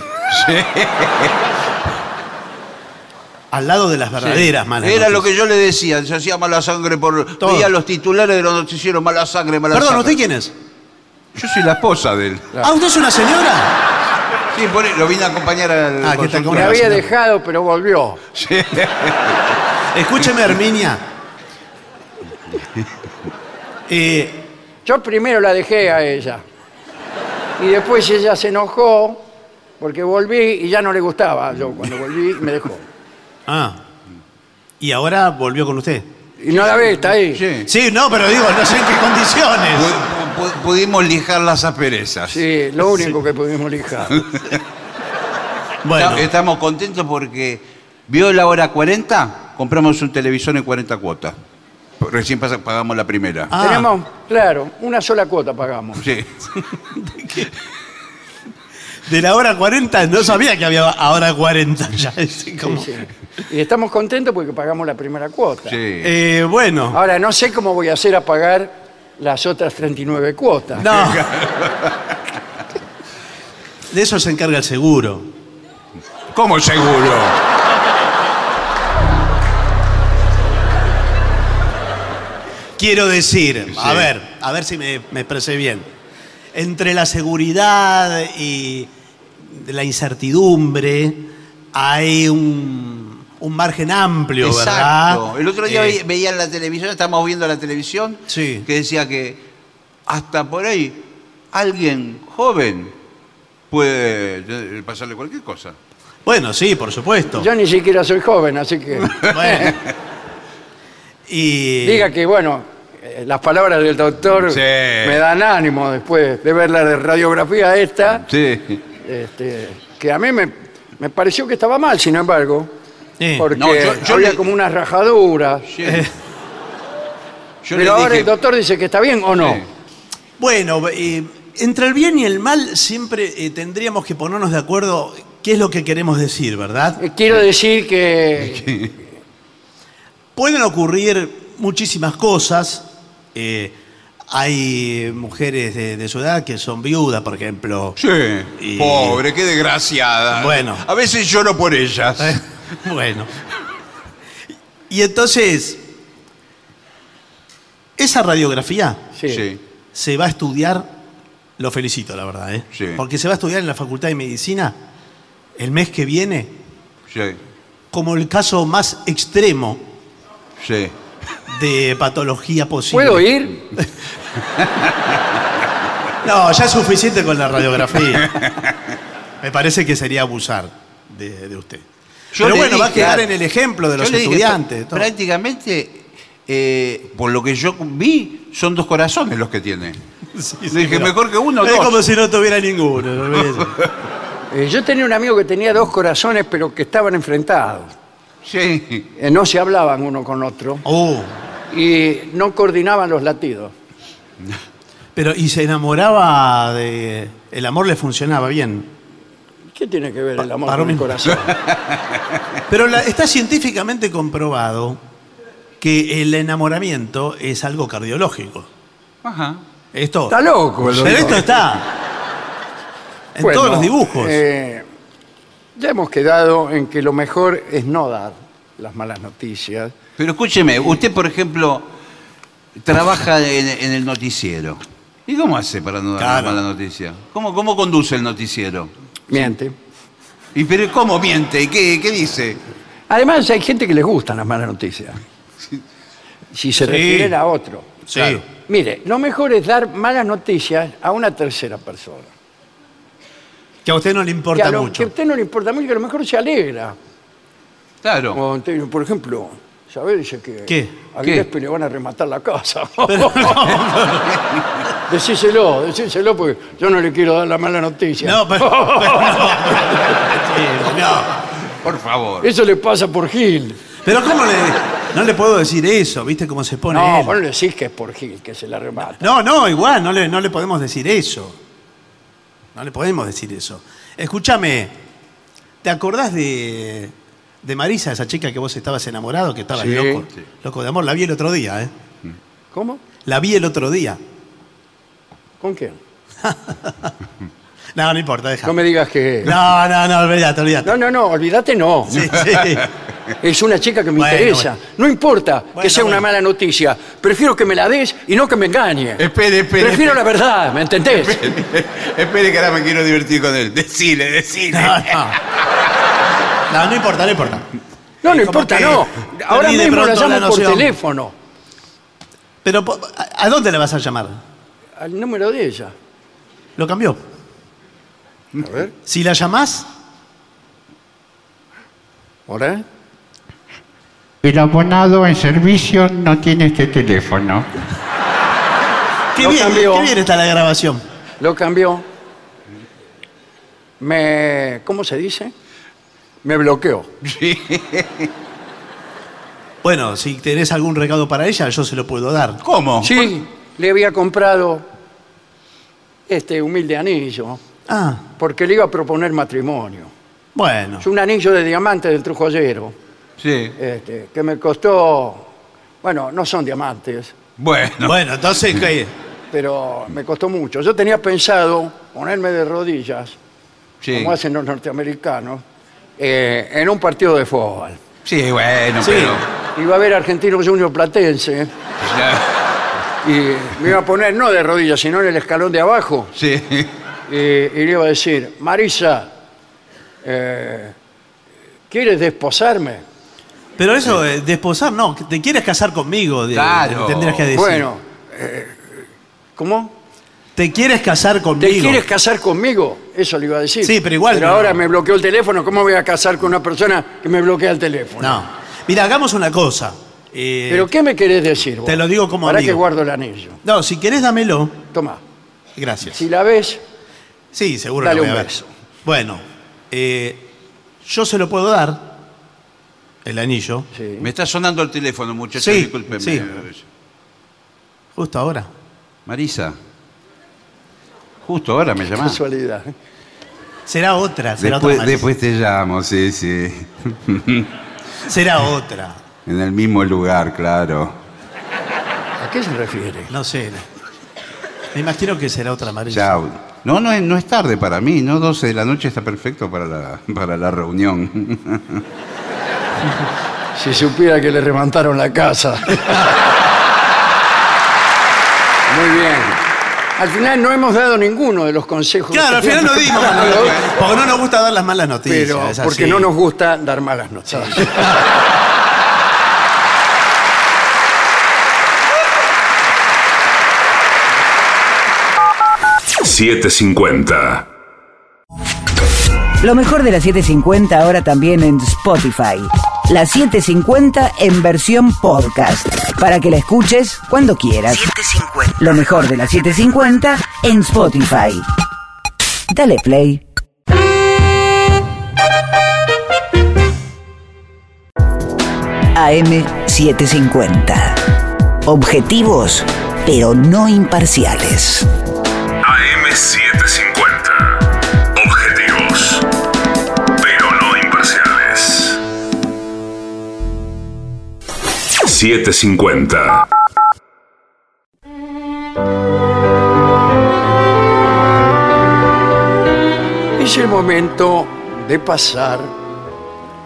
Al lado de las verdaderas malas
Era lo
noticias.
que yo le decía, se hacía mala sangre por...
Todo.
Veía a los titulares de los noticieros, mala sangre, mala
Perdón,
sangre.
¿usted quién es?
Yo soy la esposa de él.
Ah, ¿usted es una señora?
Sí, por él, lo vine a acompañar al
Ah, ¿qué
consultorio.
tal? Bueno,
Me había
señor.
dejado, pero volvió.
Escúcheme, Herminia. Eh,
Yo primero la dejé a ella. Y después ella se enojó porque volví y ya no le gustaba. Yo cuando volví me dejó.
ah. Y ahora volvió con usted.
Y no la ve, está ahí.
Sí.
Sí, no, pero digo, no sé en qué condiciones.
Pu- pu- Pudimos lijar las asperezas.
Sí, lo único que pudimos lijar.
Bueno,
Está- Estamos contentos porque vio la hora 40, compramos un televisor en 40 cuotas. Recién pas- pagamos la primera.
Ah.
Tenemos, claro, una sola cuota pagamos.
Sí.
de la hora 40 no sabía que había hora 40 ya. es como-
Sí, sí. Y estamos contentos porque pagamos la primera cuota.
Sí.
Eh, bueno,
Ahora, no sé cómo voy a hacer a pagar las otras 39 cuotas.
no. De eso se encarga el seguro.
¿Cómo seguro?
Quiero decir, a ver, a ver si me, me expresé bien. Entre la seguridad y la incertidumbre hay un, un margen amplio, ¿verdad?
El otro día
Eh,
ve- veía en la televisión, estábamos viendo la televisión,
Sí.
que decía que hasta por ahí alguien joven puede eh, pasarle cualquier cosa.
Bueno, sí, por supuesto.
Yo ni siquiera soy joven, así que
Bueno. Y
diga que, bueno, eh, las palabras del doctor
Sí.
me dan ánimo después de ver la de radiografía esta,
Sí.
este, que a mí me, me pareció que estaba mal, sin embargo,
Sí.
porque
No, yo- yo
había
le-
como unas rajaduras. Eh,
Yo
pero
le
ahora
dije,
el doctor dice que está bien o no.
Sí.
bueno, eh, entre el bien y el mal siempre eh, tendríamos que ponernos de acuerdo qué es lo que queremos decir, ¿verdad?
Eh, Quiero decir que
Pueden ocurrir muchísimas cosas. eh, hay mujeres de, de su edad que son viudas, por ejemplo.
Sí.
Y-
Pobre, qué desgraciada.
Bueno.
A veces lloro por ellas.
bueno. Y entonces, esa radiografía
Sí.
Sí.
se va a estudiar, lo felicito, la verdad, ¿eh?
Sí.
porque se va a estudiar en la Facultad de Medicina el mes que viene
Sí.
como el caso más extremo
Sí.
de patología posible.
¿Puedo ir?
No, ya es suficiente con la radiografía. Me parece que sería abusar de, de usted.
Yo
Pero
le
bueno, va a
dije
quedar
a-
en el ejemplo de
Yo
los
le dije,
estudiantes. todo.
prácticamente, eh, por lo que yo vi, son dos corazones los que tiene.
Sí, sí,
dije,
pero-
mejor que uno,
Es
dos.
como si no tuviera ninguno. ¿no ves?
Eh, yo tenía un amigo que tenía dos corazones, pero que estaban enfrentados.
Sí.
Eh, no se hablaban uno con otro
Oh,
y no coordinaban los latidos.
pero y se enamoraba de... El amor le funcionaba bien.
¿Qué tiene que ver el amor
para
con el
mí-
corazón?
Pero la- está científicamente comprobado que el enamoramiento es algo cardiológico.
Ajá.
Esto...
Está loco. el
Pero
doctor.
esto está... En
Bueno,
todos los dibujos.
eh, ya hemos quedado en que lo mejor es no dar las malas noticias.
Pero escúcheme, usted, por ejemplo, trabaja en, en el noticiero. ¿Y cómo hace para no dar
Claro.
mala noticia? ¿Cómo, ¿Cómo conduce el noticiero?
Miente.
¿Y pero cómo miente? ¿Y ¿Qué, qué dice?
Además, hay gente que les gustan las malas noticias. Si se
Sí.
refieren a otro.
Sí.
Mire, lo mejor es dar malas noticias a una tercera persona.
Que a usted no le
Que a,
importa
lo- que a
mucho.
usted no le importa mucho, que a lo mejor se alegra.
Claro.
O, te- por ejemplo, ¿sabés? Dice que
¿Qué?
a
¿Qué?
Gillespie le van a rematar la casa.
Pero no,
decíselo, decíselo, porque yo no le quiero dar la mala noticia.
no, pero, pero no. Sí, no.
Por favor.
Eso le pasa por Gil.
Pero ¿cómo le.? No le puedo decir eso, ¿viste cómo se pone?
No,
él?
vos no le decís que es por Gil que se la remata.
No, no, igual, no le, no le podemos decir eso. No le podemos decir eso. Escúchame, ¿te acordás de, de Marisa, esa chica que vos estabas enamorado, que estabas
Sí.
loco? Loco de amor, la vi el otro día, ¿eh?
¿Cómo?
La vi el otro día.
¿Con quién?
No, no importa, deja.
No me digas que...
No, no, no, olvidate, olvidate.
No, no, no, olvídate no.
Sí, sí.
Es una chica que me
Bueno,
interesa. No importa que
Bueno,
sea una
bueno.
mala noticia. Prefiero que me la des y no que me engañe.
Espere, espere.
Prefiero la verdad, ¿me entendés?
Espere que ahora me quiero divertir con él. Decile, decile.
No, no. No, no importa, no importa.
No, no
Eh, Como
importa,
que
no. Ahora
perdí de
mismo la
pronto
llamo por
noción.
teléfono.
Pero, po- ¿a a dónde la vas a llamar?
Al número de ella.
Lo cambió.
A ver.
Si la llamás,
¿Hola?
El abonado en servicio no tiene este teléfono.
qué,
Lo
bien,
cambió.
qué bien está la grabación.
Lo cambió. Me... ¿Cómo se dice? Me bloqueó.
Bueno, si tenés algún recado para ella, yo se lo puedo dar.
¿Cómo?
Sí, le había comprado este humilde anillo
Ah,
porque le iba a proponer matrimonio.
bueno.
Es un anillo de diamante del trujallero
Sí.
este, que me costó, bueno, no son diamantes,
Bueno.
Bueno, entonces, ¿qué?
pero me costó mucho. Yo tenía pensado ponerme de rodillas,
Sí.
como hacen los norteamericanos, eh, en un partido de fútbol.
Sí, bueno,
Sí.
pero. pues,
Iba a ver Argentino Junior Platense
Ya,
y me iba a poner no de rodillas, sino en el escalón de abajo.
sí.
Eh, y le iba a decir, Marisa, eh, ¿quieres desposarme?
Pero eso, eh, desposar, no. que ¿Te quieres casar conmigo? de-
Claro.
Tendrías que decir.
Bueno, eh, ¿cómo?
¿Te quieres casar conmigo?
¿Te quieres casar conmigo? Eso le iba a decir.
Sí, pero igual
Pero
no.
ahora me bloqueó el teléfono, ¿cómo voy a casar con una persona que me bloquea el teléfono?
No. Mira, hagamos una cosa. Eh,
¿Pero qué me querés decir vos?
Te lo digo como
Para
amigo.
que guardo el anillo.
No, si querés, dámelo.
Tomá,
Gracias.
si la ves,
Sí, seguro
Dale
lo voy
un
a ver.
beso.
Bueno, eh, yo se lo puedo dar, el anillo,
sí.
Me está sonando el teléfono, muchachos.
Sí,
Discúlpeme.
sí. justo ahora.
Marisa. Justo ahora me llamás.
Casualidad.
Será otra, será
Después,
otra. Marisa.
después te llamo, sí, sí.
Será otra.
En el mismo lugar, claro.
¿A qué se refiere?
No sé. Me imagino que será otra amarilla.
Chao. No, no es, no es tarde para mí, ¿no? 12 de la noche está perfecto para la, para la reunión.
Si supiera que le remontaron la casa. Muy bien. Al final no hemos dado ninguno de los consejos.
Claro, al final no dimos malas noticias, Porque no nos gusta dar las malas noticias.
Pero
es
porque
así.
no nos gusta dar malas noticias.
$7.50.
Lo mejor de la 750 ahora también en Spotify. La 750 en versión podcast. Para que la escuches cuando quieras. Lo mejor de la 750 en Spotify. Dale play. AM750. Objetivos, pero no imparciales.
AM750. Objetivos, pero no imparciales. 750.
Es el momento de pasar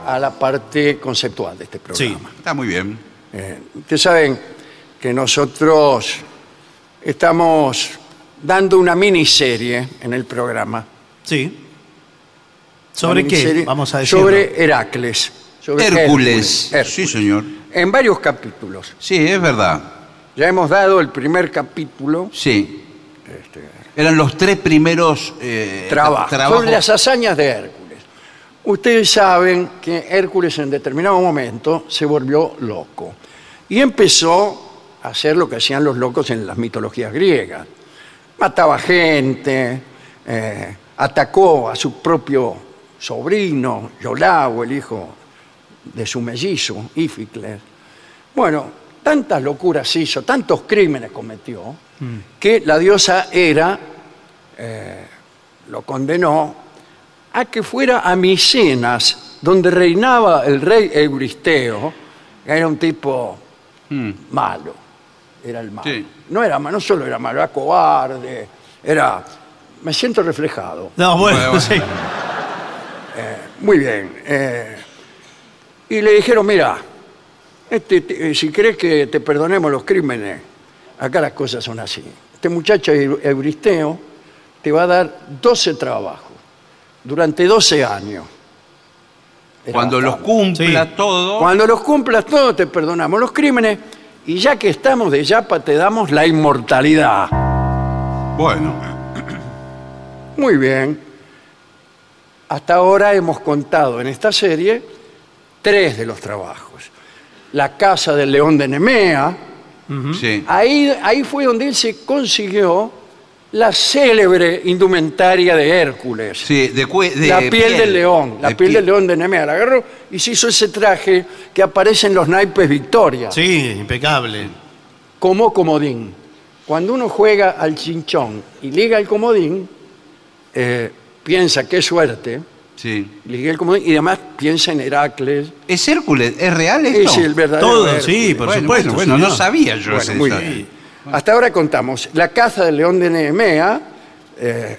a la parte conceptual de este
Sí.
programa.
Está muy bien.
Eh, ustedes saben que nosotros estamos dando una miniserie en el programa.
Sí. ¿Sobre
Una
qué?
miniserie
Vamos a decirlo.
Sobre Heracles. sobre
Hércules. Sí,
Hércules.
señor.
En varios capítulos.
Sí, es verdad.
Ya hemos dado el primer capítulo. Este,
Sí. Eran los tres primeros eh,
trabajo,
tra- trabajos.
sobre las hazañas de Hércules. Ustedes saben que Hércules en determinado momento se volvió loco y empezó a hacer lo que hacían los locos en las mitologías griegas. Mataba gente, eh, atacó a su propio sobrino, Iolao, el hijo de su mellizo, Íficles. Bueno, tantas locuras hizo, tantos crímenes cometió, que la diosa Hera eh, lo condenó a que fuera a Micenas, donde reinaba el rey Euristeo, que era un tipo
Hmm.
malo, era el malo.
Sí.
No era malo, no solo era malo, era cobarde, era... Me siento reflejado.
No, bueno,
Bueno,
sí.
Muy bien. eh, y le dijeron, mira, este, te- eh, si crees que te perdonemos los crímenes, acá las cosas son así. Este muchacho Eu- Euristeo te va a dar 12 trabajos durante 12 años. Era
Cuando los
bastante.
cumpla
Sí.
todo.
Cuando los cumplas todos te perdonamos los crímenes y ya que estamos de yapa te damos la inmortalidad.
Bueno.
Muy bien. Hasta ahora hemos contado en esta serie tres de los trabajos. La casa del león de Nemea,
Sí.
ahí, ahí fue donde él se consiguió la célebre indumentaria de Hércules.
Sí, de, cue- de
la piel, del león, la
de
piel, del león de Nemea. La agarró y se hizo ese traje que aparece en los naipes Victoria,
Sí, impecable.
como comodín. Cuando uno juega al chinchón y liga el comodín, eh, piensa qué suerte,
Sí.
Ligué el comodín, y además piensa en Heracles.
¿Es Hércules? ¿Es real esto?
Es el verdadero.
Todo,
Hércules.
sí, por
Bueno,
supuesto.
Bueno, bueno, no
señor.
sabía yo
Bueno,
esa-
muy bien. Hasta ahora contamos la caza del león de Nehemea, eh,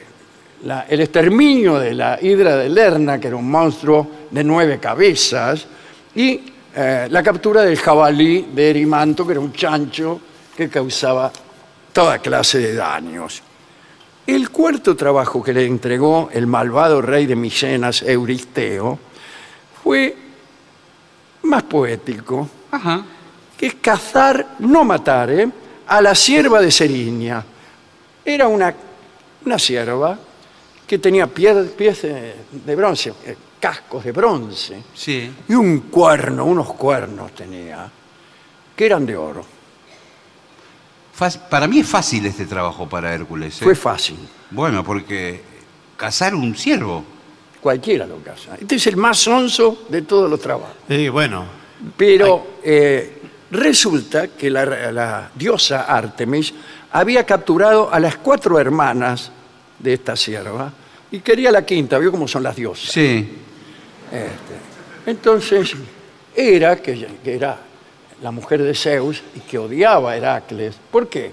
la- el exterminio de la hidra de Lerna, que era un monstruo de nueve cabezas, y eh, la captura del jabalí de Erimanto, que era un chancho que causaba toda clase de daños. El cuarto trabajo que le entregó el malvado rey de Micenas, Euristeo, fue más poético
Ajá.
que es cazar, no matar, ¿eh? a la sierva de Seriña. Era una, una sierva que tenía pier- pies de, de bronce, eh, cascos de bronce,
Sí.
y un cuerno, unos cuernos tenía, que eran de oro.
Fas- para mí es fácil este trabajo para Hércules. ¿eh?
Fue fácil,
bueno, porque cazar un ciervo.
cualquiera lo caza. Este es el más sonso de todos los trabajos.
Sí, bueno.
Pero eh, resulta que la, la diosa Artemis había capturado a las cuatro hermanas de esta sierva y quería la quinta, vio cómo son las diosas.
Sí.
Este. Entonces, Hera, que, que era la mujer de Zeus y que odiaba a Heracles, ¿por qué?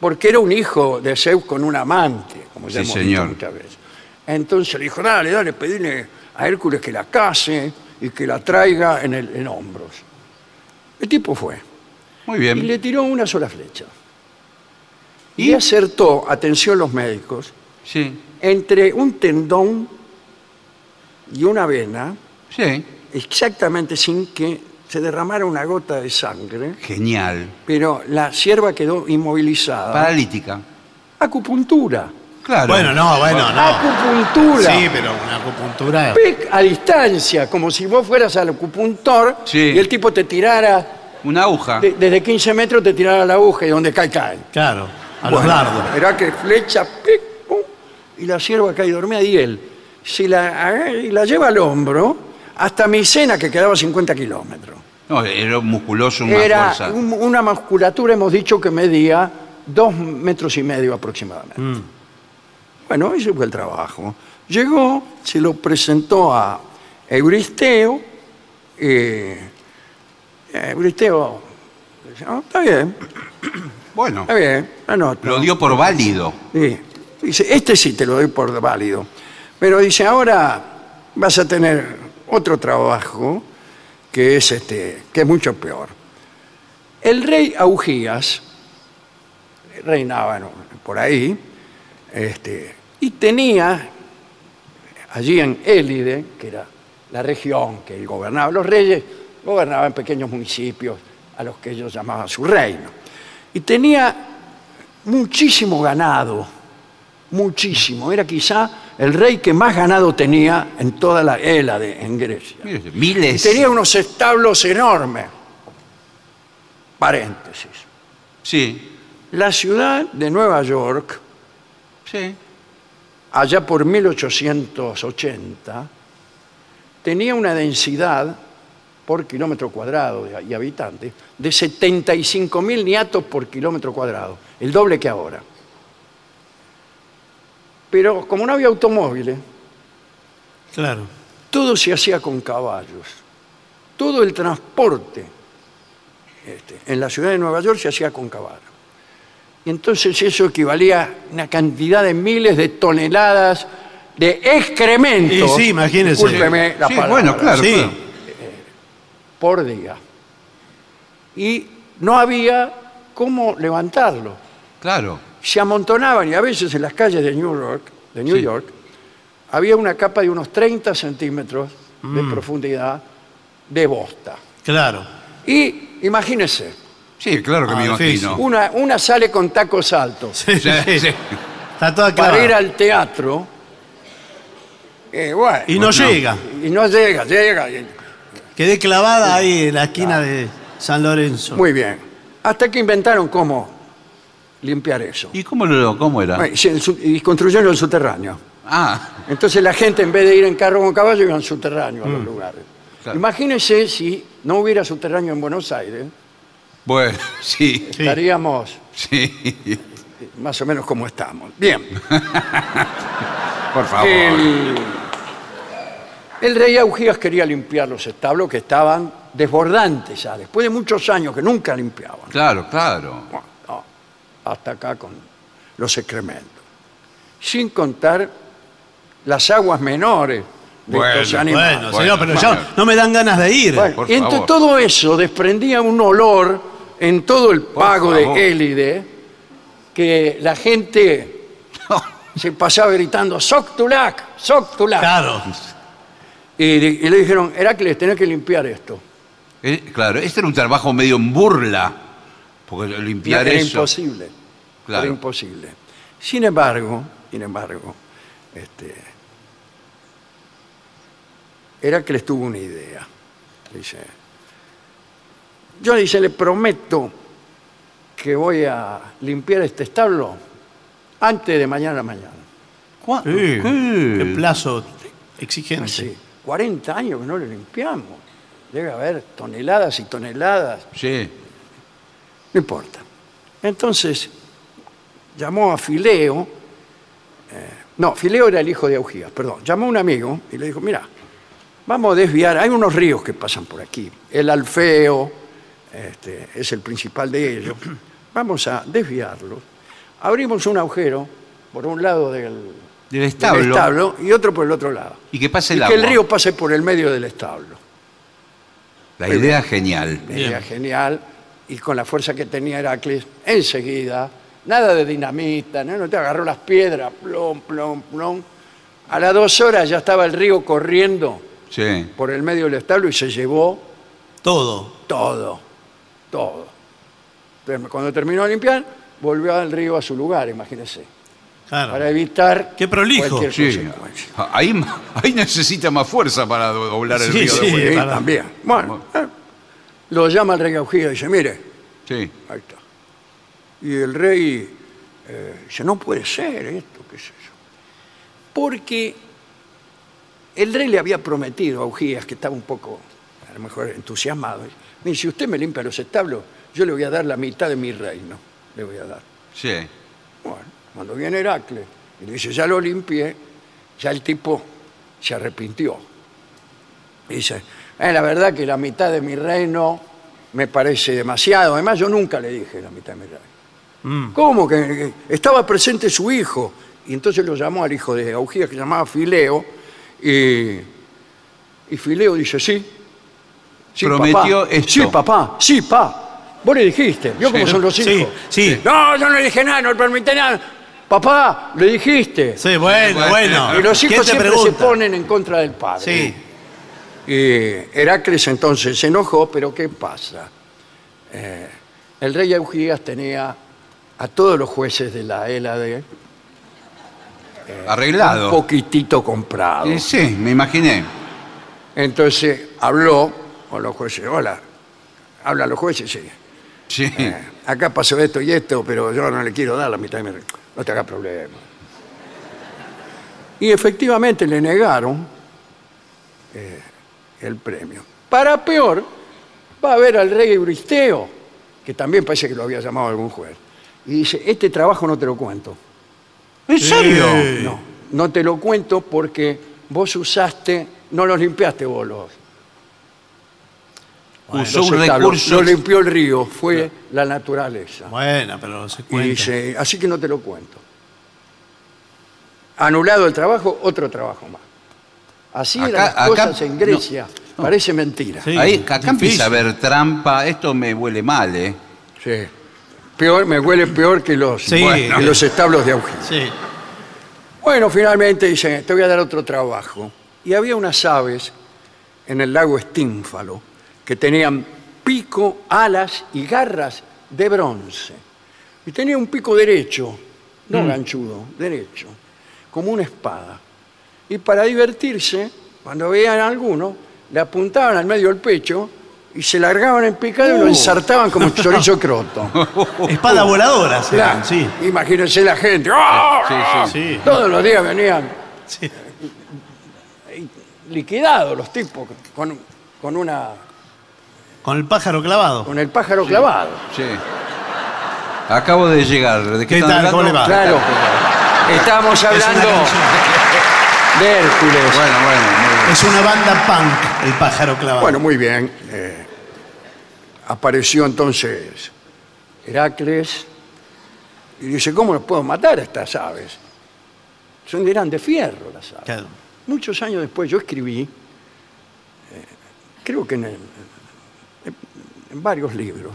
porque era un hijo de Zeus con un amante, como
Sí,
ya hemos visto
señor.
muchas veces. Entonces le dijo, dale, dale, pedile a Hércules que la case y que la traiga en, el, en hombros. El tipo fue
Muy
y
bien.
le tiró una sola flecha. Y, acertó, atención los médicos,
Sí.
entre un tendón y una vena,
Sí.
exactamente sin que se derramara una gota de sangre,
Genial.
pero la sierva quedó inmovilizada.
Paralítica.
Acupuntura.
Claro.
Bueno, no, bueno, no.
Acupuntura.
Sí, pero una acupuntura.
Pic a distancia, como si vos fueras al acupuntor
Sí. Ah.
y el tipo te tirara,
Una aguja.
de- desde 15 metros te tirara la aguja y donde cae, cae.
Claro, a los
Bueno,
dardos.
Era que flecha, pic, pum, y la sierva cae dormida y él, si la, agarra y la lleva al hombro, hasta Micena, que quedaba a 50 kilómetros.
No, era un musculoso, una
Era
fuerza.
un- una musculatura, hemos dicho, que medía dos metros y medio aproximadamente. Bueno, ese fue el trabajo. Llegó, se lo presentó a Euristeo. eh, Euristeo, "Ah, está bien,
Bueno,
está bien, anota".
lo dio por válido.
Sí. Dice, este sí te lo doy por válido. Pero dice, ahora vas a tener otro trabajo que es este, que es mucho peor. El rey Augías reinaba ¿no? por ahí, este, y tenía allí en Élide, que era la región que él gobernaba, los reyes gobernaban pequeños municipios a los que ellos llamaban su reino. Y tenía muchísimo ganado, muchísimo. Era quizá el rey que más ganado tenía en toda la Hélade, en Grecia.
Mire usted,
Y
Miles.
tenía unos establos enormes. Paréntesis.
Sí,
La ciudad de Nueva York,
sí.
allá por 1880, tenía una densidad por kilómetro cuadrado de- y habitantes de 75.000 niatos por kilómetro cuadrado, el doble que ahora. Pero como no había automóviles,
Claro.
todo se hacía con caballos. Todo el transporte este, en la ciudad de Nueva York se hacía con caballos. Y entonces eso equivalía a una cantidad de miles de toneladas de excremento.
Y sí, imagínese.
Discúlpeme la
sí,
palabra,
bueno, claro.
Sí.
claro.
Por día. Y no había cómo levantarlo.
Claro.
se amontonaban y a veces en las calles de New York, de New
Sí.
York había una capa de unos 30 centímetros de
Mm.
profundidad de bosta.
Claro.
Y imagínense,
Sí, claro que
Ah,
me
difícil.
imagino.
una, una sale con tacos altos
Sí, sí, sí. Está toda
para ir
clara.
al teatro eh, bueno,
Y no llega.
y no llega, llega. y-
Quedé clavada ahí en la esquina de San Lorenzo.
Muy bien. Hasta que inventaron cómo limpiar eso.
¿Y cómo lo cómo era?
Bueno, Y, se- y construyeron el subterráneo.
Ah,
Entonces la gente en vez de ir en carro con caballo iba en subterráneo a
Mm.
los lugares.
Claro.
Imagínense si no hubiera subterráneo en Buenos Aires,
bueno, sí,
Sí.
estaríamos
sí.
más o menos como estamos. Bien,
Por favor.
el, el rey Augías quería limpiar los establos que estaban desbordantes ya, después de muchos años que nunca limpiaban.
Claro, claro.
Bueno, no, hasta acá con los excrementos. Sin contar las aguas menores de
Bueno,
estos animales.
Bueno,
Bueno,
señor, pero
bueno.
ya no me dan ganas de ir.
Bueno,
Por
y entre
favor.
todo eso desprendía un olor en todo el pago
favor.
de Élide que la gente se pasaba gritando ¡Soctulac! ¡Soctulac!
Claro.
Y, di- y le dijeron, Heracles, tenés que limpiar esto.
Eh, claro, este era un trabajo medio en burla. Porque limpiar
era
eso.
imposible.
Claro.
Era imposible. Sin embargo, sin embargo, este, Heracles tuvo una idea. Dice, yo dice, le prometo que voy a limpiar este establo antes de mañana a la mañana.
¿Cuá-
Sí. Qué plazo exigente.
Hace 40 años que no lo limpiamos. Debe haber toneladas y toneladas
Sí.
No importa. Entonces, llamó a Fileo. eh, no, Fileo era el hijo de Augías, perdón. Llamó a un amigo y le dijo, mira, vamos a desviar, hay unos ríos que pasan por aquí. El Alfeo este, es el principal de ellos. Vamos a desviarlos abrimos un agujero por un lado del,
Del
del
establo.
establo y otro por el otro lado.
Y que pase
y
el
que
agua.
el río pase por el medio del establo.
La idea es genial.
Era genial y con la fuerza que tenía Heracles, enseguida, nada de dinamita, no, no te agarró las piedras, plom, plom, plom. A las dos horas ya estaba el río corriendo
Sí.
por el medio del establo y se llevó
Todo.
todo, todo. Entonces, Cuando terminó de limpiar, volvió al río a su lugar, imagínese, para
Claro.
evitar
Qué prolijo.
cualquier
Sí.
consecuencia.
Ahí, ahí necesita más fuerza para do- doblar el
Sí,
río de
sí.
vuelta.
Sí,
claro.
también. Bueno, eh, lo llama el rey Augiro y dice, mire,
Sí.
Ahí está. Y el rey eh, dice, no puede ser esto, qué es eso. Porque el rey le había prometido a Ugías, que estaba un poco, a lo mejor, entusiasmado, me dice, si usted me limpia los establos, yo le voy a dar la mitad de mi reino, le voy a dar.
Sí.
Bueno, cuando viene Heracles y le dice, ya lo limpié, ya el tipo se arrepintió. Y dice, "Eh, la verdad que la mitad de mi reino me parece demasiado. Además, yo nunca le dije la mitad de mi reino. ¿Cómo? Que que estaba presente su hijo. Y entonces lo llamó al hijo de Augías, que se llamaba Fileo. Y, y Fileo dice, sí. Sí,
Prometió
papá.
esto.
Sí, papá. Sí, pa. Vos le dijiste. Vio cómo
Sí.
son los
Sí,
hijos.
sí.
No, yo no le dije nada, no le permití nada. Papá, le dijiste.
Sí, bueno,
bueno.
bueno.
Y los
¿Quién
hijos
te
siempre se
pregunta?
ponen en contra del padre.
Sí.
Y Heracles entonces se enojó, pero ¿qué pasa? Eh, el rey Eugías tenía a todos los jueces de la ELAD eh, un
Arreglado.
poquitito comprado.
Eh, Sí, me imaginé.
Entonces habló con los jueces. Hola, habla a los jueces, sí.
Sí.
Acá pasó esto y esto, pero yo no le quiero dar la mitad de mi re- No te hagas problema. Y efectivamente le negaron eh, el premio. Para peor, va a ver al rey Euristeo, que también parece que lo había llamado algún juez. Y dice, este trabajo no te lo cuento.
¿En serio?
No, no te lo cuento porque vos usaste, no los limpiaste vos los,
Usó
los
un
establos,
recurso.
Lo limpió el río, fue la naturaleza.
Bueno, pero se
Y
cuenta.
dice, así que no te lo cuento. Anulado el trabajo, otro trabajo más. Así
Acá-
eran las
acá-
cosas en Grecia. Parece mentira.
Sí,
Ahí, acá
difícil.
empieza a haber trampa. Esto me huele mal, ¿eh?
Sí. Peor, me huele peor que los,
Sí.
bueno, que los establos de agujeros.
Sí.
Bueno, finalmente dice, te voy a dar otro trabajo. Y había unas aves en el lago Estínfalo que tenían pico, alas y garras de bronce. Y tenía un pico derecho, no ganchudo, derecho, como una espada. Y para divertirse, cuando veían a alguno, le apuntaban al medio del pecho y se largaban en
Uh.
picado y
Uh.
lo ensartaban como chorizo croto. Uh.
Espada voladora, sí.
Claro,
Sí.
Imagínense la gente. ¡ah!
Sí,
sí.
Todos los días venían
sí.
liquidados los tipos con, con una
Con el pájaro clavado.
con el pájaro clavado.
Sí. Acabo de llegar. ¿De qué,
¿Qué
están
tal? ¿Cómo
hablando?
le va?
Claro. Estamos
Es una
hablando
canción.
de Hércules.
Bueno, bueno, muy bien.
Es una banda punk, el pájaro clavado.
Bueno, muy bien. eh, apareció entonces Heracles y dice, ¿cómo los puedo matar a estas aves? Son eran de fierro las aves.
Claro.
Muchos años después yo escribí, eh, creo que en, el- en varios libros,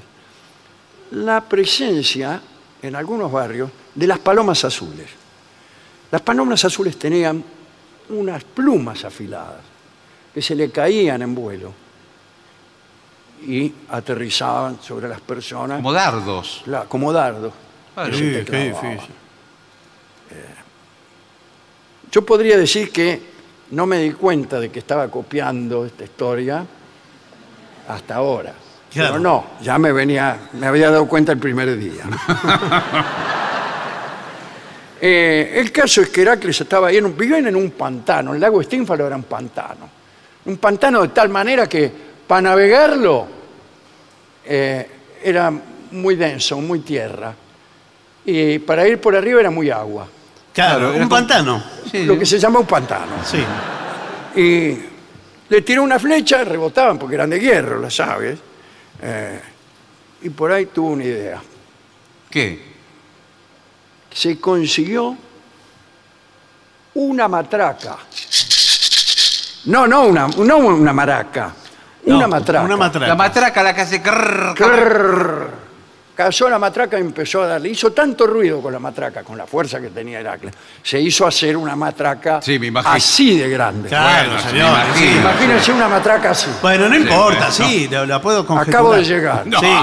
la presencia en algunos barrios de las palomas azules. Las palomas azules tenían unas plumas afiladas que se le caían en vuelo y aterrizaban sobre las personas
Como dardos.
la- como dardo.
Claro.
que se te
Ah, Sí, qué
clavaba.
difícil.
Yo podría decir que no me di cuenta de que estaba copiando esta historia hasta ahora.
Claro.
Pero no, ya me venía, me había dado cuenta el primer día. Eh, el caso es que Heracles estaba ahí, en un, vivían en un pantano, el lago Estínfalo era un pantano. Un pantano de tal manera que para navegarlo eh, era muy denso, muy tierra. Y para ir por arriba era muy agua.
Claro,
Claro, era como-
un pantano.
Sí.
Lo que se llama un pantano.
Sí.
y le tiró una flecha, rebotaban porque eran de hierro las aves, eh, y por ahí tuvo una idea.
¿Qué?
se consiguió una matraca. No, no una, no una maraca. Una
No,
matraca.
Una matraca.
La matraca, la que hace. crrr,
Crrrr. Cazó la matraca y empezó a darle. Hizo tanto ruido con la matraca, con la fuerza que tenía Heracles. Se hizo hacer una matraca
Sí, me imagino.
así de grande.
Claro,
Bueno,
señor.
me
sí.
imagino.
Imagínense una matraca así.
Bueno, no importa,
bueno,
sí, la, la puedo conjeturar.
Acabo de llegar.
No,
Sí.
por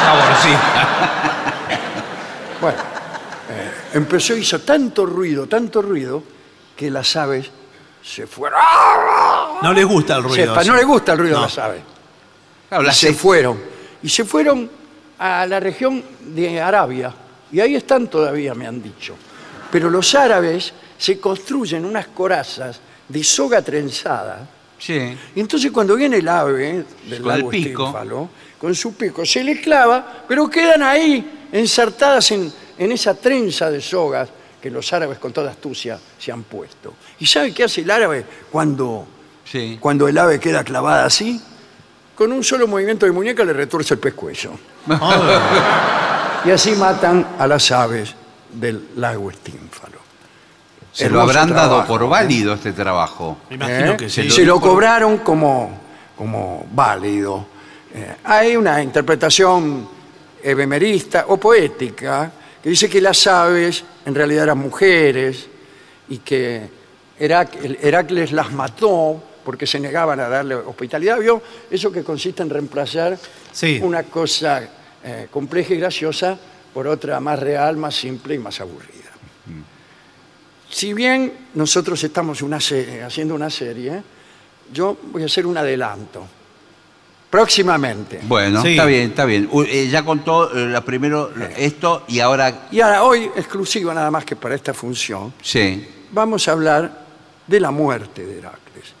favor, sí.
Bueno, eh, empezó, hizo tanto ruido, tanto ruido, que las aves se fueron.
No les gusta el
Se
ruido.
espa- no
sí.
le gusta el ruido
No.
a las aves.
Claro,
Y
la
se
se
fueron. Y se fueron a la región de Arabia. Y ahí están todavía, me han dicho. Pero los árabes se construyen unas corazas de soga trenzada.
Sí.
Y entonces cuando viene el ave del
Con el
lago
pico.
Estífalo, con su pico, se le clava, pero quedan ahí ensartadas en, en esa trenza de sogas que los árabes con toda astucia se han puesto. ¿Y sabe qué hace el árabe cuando,
Sí.
cuando el ave queda clavada así? Con un solo movimiento de muñeca le retuerce el pescuezo.
Ah.
y así matan a las aves del lago Estínfalo.
Se lo
Hermoso
habrán dado
trabajo,
por válido este trabajo.
Me imagino
¿Eh?
que
Se
sí.
lo, cobraron como, como válido. Eh, hay una interpretación ebemerista o poética que dice que las aves en realidad eran mujeres y que Herac- el- Heracles las mató porque se negaban a darle hospitalidad. ¿Vio? Eso que consiste en reemplazar
Sí.
una cosa eh, compleja y graciosa por otra más real, más simple y más aburrida si bien nosotros estamos una se- haciendo una serie, yo voy a hacer un adelanto. Próximamente.
Bueno,
Sí.
está bien, está bien. U- eh, ya contó eh, la primero esto y ahora.
Y ahora, hoy, exclusiva nada más que para esta función,
Sí.
vamos a hablar de la muerte de Heracles.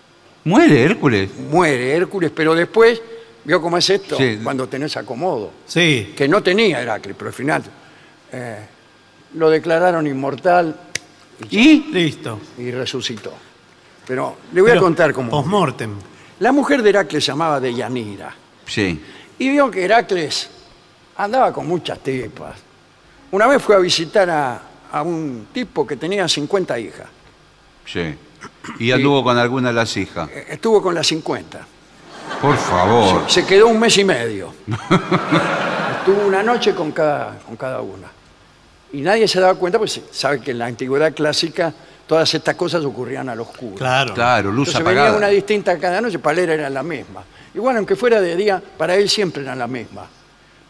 ¿Muere Hércules?
Muere Hércules, pero después, ¿vio cómo es esto?
Sí.
Cuando tenés acomodo.
Sí.
Que no tenía Heracles, pero al final eh, lo declararon inmortal
¿Y?
Listo.
y resucitó. Pero le voy a
Pero,
contar cómo.
Postmortem.
La mujer de Heracles se llamaba Deyanira.
Sí.
Y vio que Heracles andaba con muchas tipas. Una vez fue a visitar a, a un tipo que tenía 50 hijas.
Sí. Y anduvo con alguna de las hijas.
Eh, Estuvo con las 50.
Por favor.
Se quedó un mes y medio. Estuvo una noche con cada, con cada una. Y nadie se daba cuenta, pues sabe que en la antigüedad clásica todas estas cosas ocurrían al oscuro.
Claro.
Claro, luz
Entonces venía
apagada.
una distinta cada noche, para él era la misma. Igual, aunque fuera de día, para él siempre era la misma.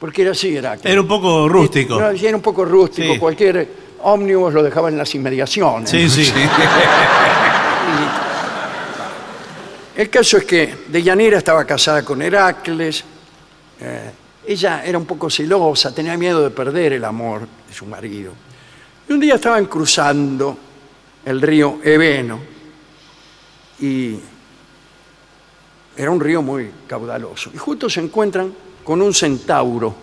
Porque era así, Heracles.
Era un poco rústico.
No, sí, era un poco rústico.
Sí.
Cualquier ómnibus lo dejaba en las inmediaciones.
Sí, sí.
El caso es que Deyanira estaba casada con Heracles. eh, ella era un poco celosa, tenía miedo de perder el amor de su marido. Y un día estaban cruzando el río Ebeno. Y era un río muy caudaloso. Y justo se encuentran con un centauro.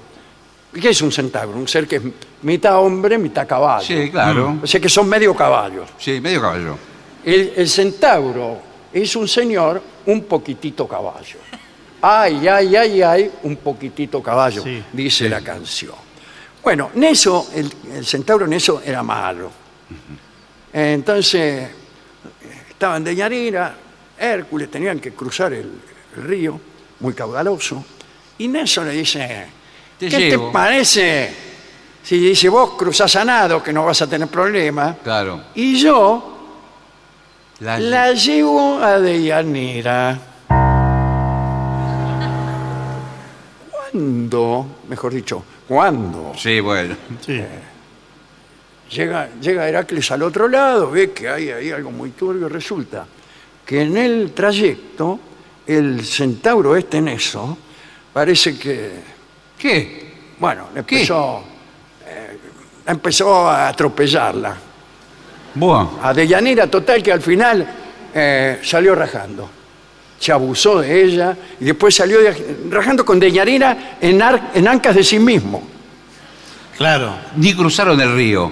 ¿Y ¿Qué es un centauro? Un ser que es mitad hombre, mitad caballo.
Sí, claro.
O sea que son medio caballos.
Sí, medio caballo.
El, el centauro es un señor un poquitito caballo. Ay, ay, ay, ay, un poquitito caballo,
Sí.
dice la canción. Bueno, Neso, el, el centauro Neso era malo. Entonces, estaban de Yarira, Hércules, tenían que cruzar el, el río, muy caudaloso, y Neso le dice,
Te
¿qué
llevo".
te parece? Si dice, vos cruzás a nado, que no vas a tener problema,
Claro.
y yo
La-
la llevo a Deyanira. Cuando, mejor dicho, cuando
Sí, bueno.
Sí.
llega, llega Heracles al otro lado, ve que hay ahí algo muy turbio, resulta que en el trayecto el centauro este en eso parece que,
¿Qué?
bueno, le
¿Qué?
empezó, eh, empezó a atropellarla.
Bueno.
a Deyanira, total que al final eh, salió rajando. Se abusó de ella y después salió de- rajando con Deyanira en, ar- en ancas de sí mismo.
Claro.
Ni cruzaron el río.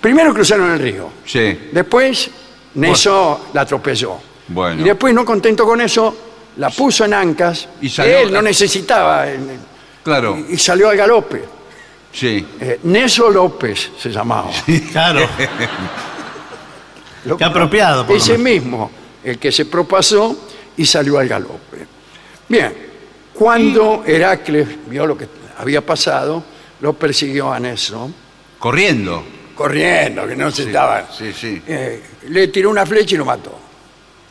Primero cruzaron el río,
Sí.
después Neso la atropelló.
Bueno.
Y después, no contento con eso, la puso en ancas.
Y salió-
Él no necesitaba. eh,
Claro.
Y salió al galope.
Sí.
Eh, Neso López se llamaba.
Claro.
Lo-
Qué apropiado, por lo
Ese
menos.
mismo, el que se propasó y salió al galope. Bien, cuando Heracles vio lo que había pasado, lo persiguió a Neso,
Corriendo.
corriendo, que no se estaba.
Sí, sí.
Eh, le tiró una flecha y lo mató.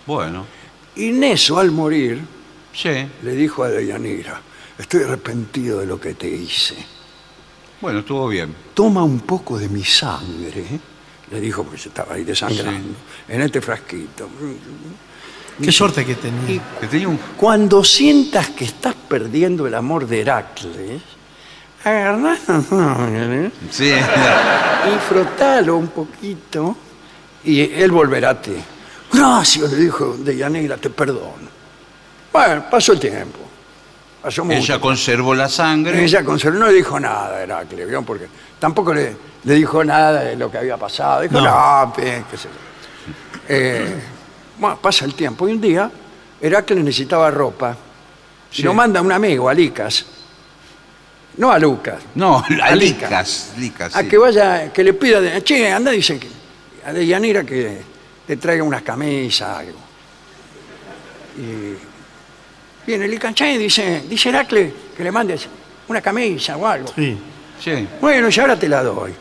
Bueno.
Y Neso, al morir,
Sí.
le dijo a Deyanira: Estoy arrepentido de lo que te hice.
Bueno, estuvo bien.
Toma un poco de mi sangre, le dijo, porque se estaba ahí desangrando, en este frasquito.
Qué suerte que tenía.
Que tenía un...
Cuando sientas que estás perdiendo el amor de Heracles, agarrás la sangre
Sí.
y frotalo un poquito y él volverá a ti. Gracias, le dijo Deyanira, te perdono. Bueno, pasó el tiempo. Pasó mucho.
Ella conservó la sangre.
Ella conservó, no dijo nada Heracles, ¿vieron? porque tampoco le, le dijo nada de lo que había pasado. Dijo, no, pe- qué sé yo". Eh, bueno, pasa el tiempo y un día Heracles necesitaba ropa. Y lo manda a un amigo, a Licas. No a Lucas.
No, a
Lica.
Licas. Licas,
A
sí.
que vaya, que le pida, de- che, anda, dice, que- a Deyanira que te traiga unas camisas, algo. Y viene Licas, che, dice, dice Heracles que le mandes una camisa o algo.
Sí.
Sí.
Bueno, y ahora te la doy.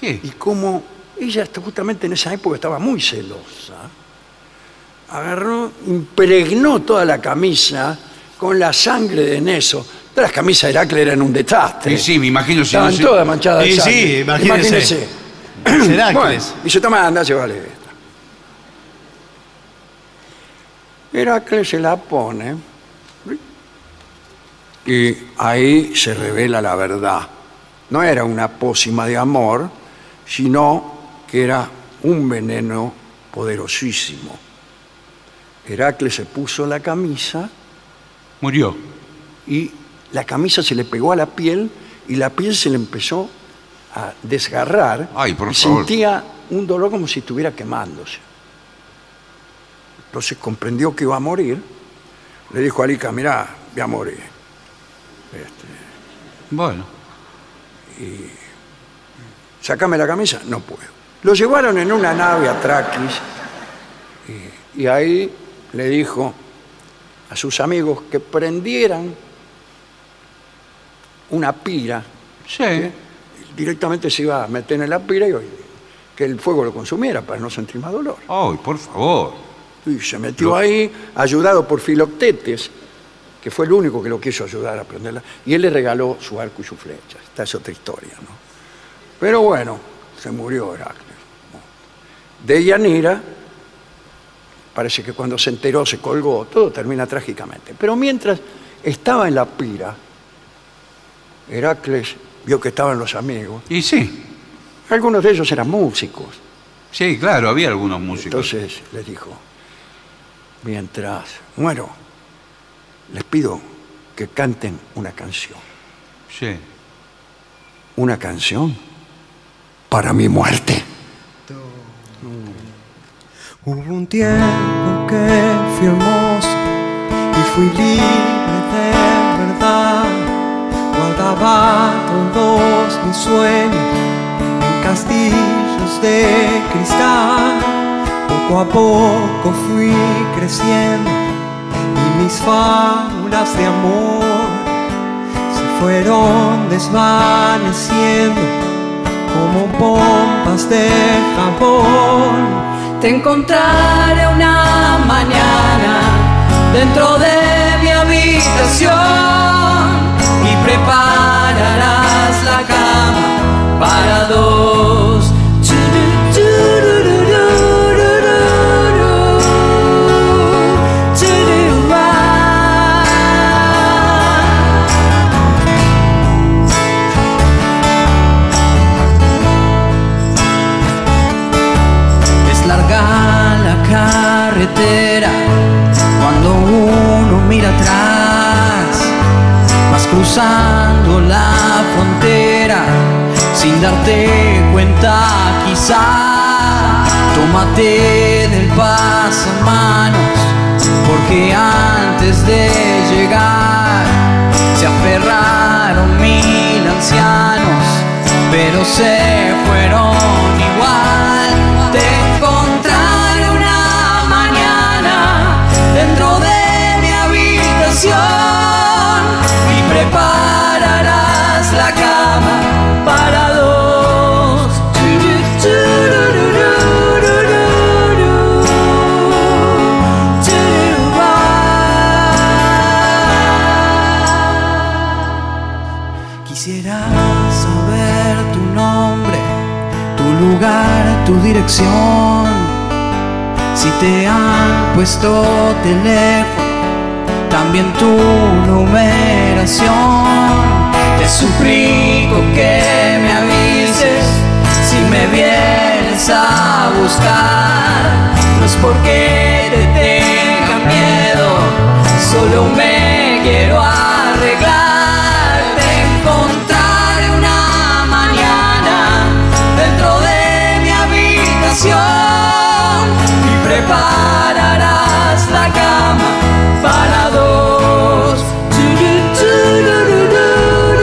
¿Qué?
Y como ella está- justamente en esa época estaba muy celosa, agarró, impregnó toda la camisa con la sangre de Neso. Todas las camisas de Heracles eran un desastre.
Y sí, me imagino si
Estaban
no se-
todas manchadas de
Y sí,
sangre.
imagínese. Heracles.
Bueno, y se toma, anda, llévale esta. Heracles se la pone y ahí se revela la verdad. No era una pócima de amor, sino que era un veneno poderosísimo. Heracles se puso la camisa
Murió.
y la camisa se le pegó a la piel y la piel se le empezó a desgarrar
Ay, por
y
favor.
sentía un dolor como si estuviera quemándose. Entonces comprendió que iba a morir. Le dijo a Lica, mirá, voy a morir. Este,
Bueno.
Sacame la camisa, no puedo. Lo llevaron en una nave a Traquis y, y ahí le dijo a sus amigos que prendieran una pira
Sí.
directamente se iba a meter en la pira y que el fuego lo consumiera para no sentir más dolor.
Ay, por favor.
Y se metió ahí, ayudado por Filoctetes, que fue el único que lo quiso ayudar a aprenderla, y él le regaló su arco y su flecha. Esta es otra historia, ¿no? Pero bueno, se murió Heracles. De Yanira, parece que cuando se enteró se colgó, todo termina trágicamente. Pero mientras estaba en la pira, Heracles vio que estaban los amigos
Y sí.
algunos de ellos eran músicos.
Sí, claro, había algunos músicos.
Entonces les dijo, mientras muero, les pido que canten una canción.
Sí.
Una canción para mi muerte. Mm.
Hubo un tiempo que fui hermoso y fui libre de verdad. Guardaba todos mis sueños en castillos de cristal. Poco a poco fui creciendo y mis fábulas de amor se fueron desvaneciendo como pompas de jabón.
Te encontraré una mañana dentro de mi habitación y prepararás la cama para dos. Churu, chururururururu, chururua. Es larga la carretera cuando uno mira atrás, vas cruzando la frontera sin darte cuenta quizá. Tómate del pasamanos porque antes de llegar se aferra Pasaron mil ancianos, pero se fueron igual. Te encontraré una mañana dentro de mi habitación y prepararás la cama para dos. Churu, chururururururu, churubá. Quisiera saber tu nombre, tu lugar, tu dirección. Si te han puesto teléfono, también tu numeración. Te suplico que me avises si me vienes a buscar. No es porque te tenga miedo, solo me quiero arreglar. Te encontraré una mañana dentro de mi habitación y prepararás la cama para dos. Churu, chururururururu,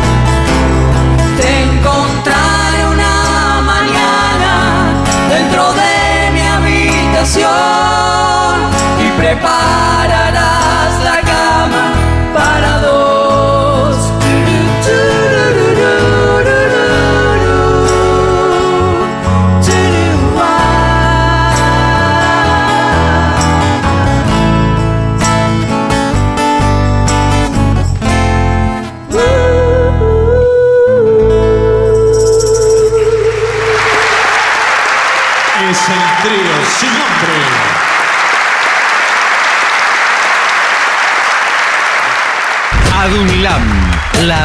churua. Te encontraré una mañana dentro de mi habitación y prepararás la cama para dos. Churu, chururururururu,
Es el trío sin nombre.
ADUNLAM, la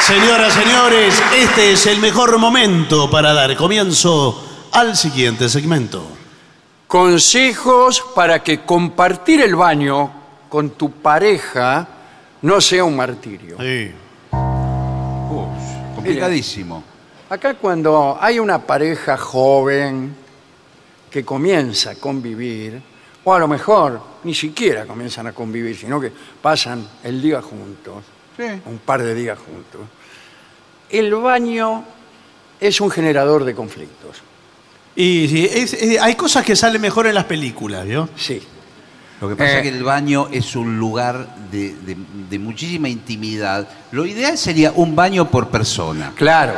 Señoras, señores, este es el mejor momento para dar comienzo al siguiente segmento.
Consejos para que compartir el baño con tu pareja no sea un martirio.
Complicadísimo.
Acá cuando hay una pareja joven que comienza a convivir, o a lo mejor ni siquiera comienzan a convivir, sino que pasan el día juntos, un par de días juntos, el baño es un generador de conflictos.
Y sí, es- eh, hay cosas que salen mejor en las películas, ¿vio?
Sí.
Lo que pasa
Eh.
es que el baño es un lugar de, de- de muchísima intimidad. Lo ideal sería un baño por persona.
Claro.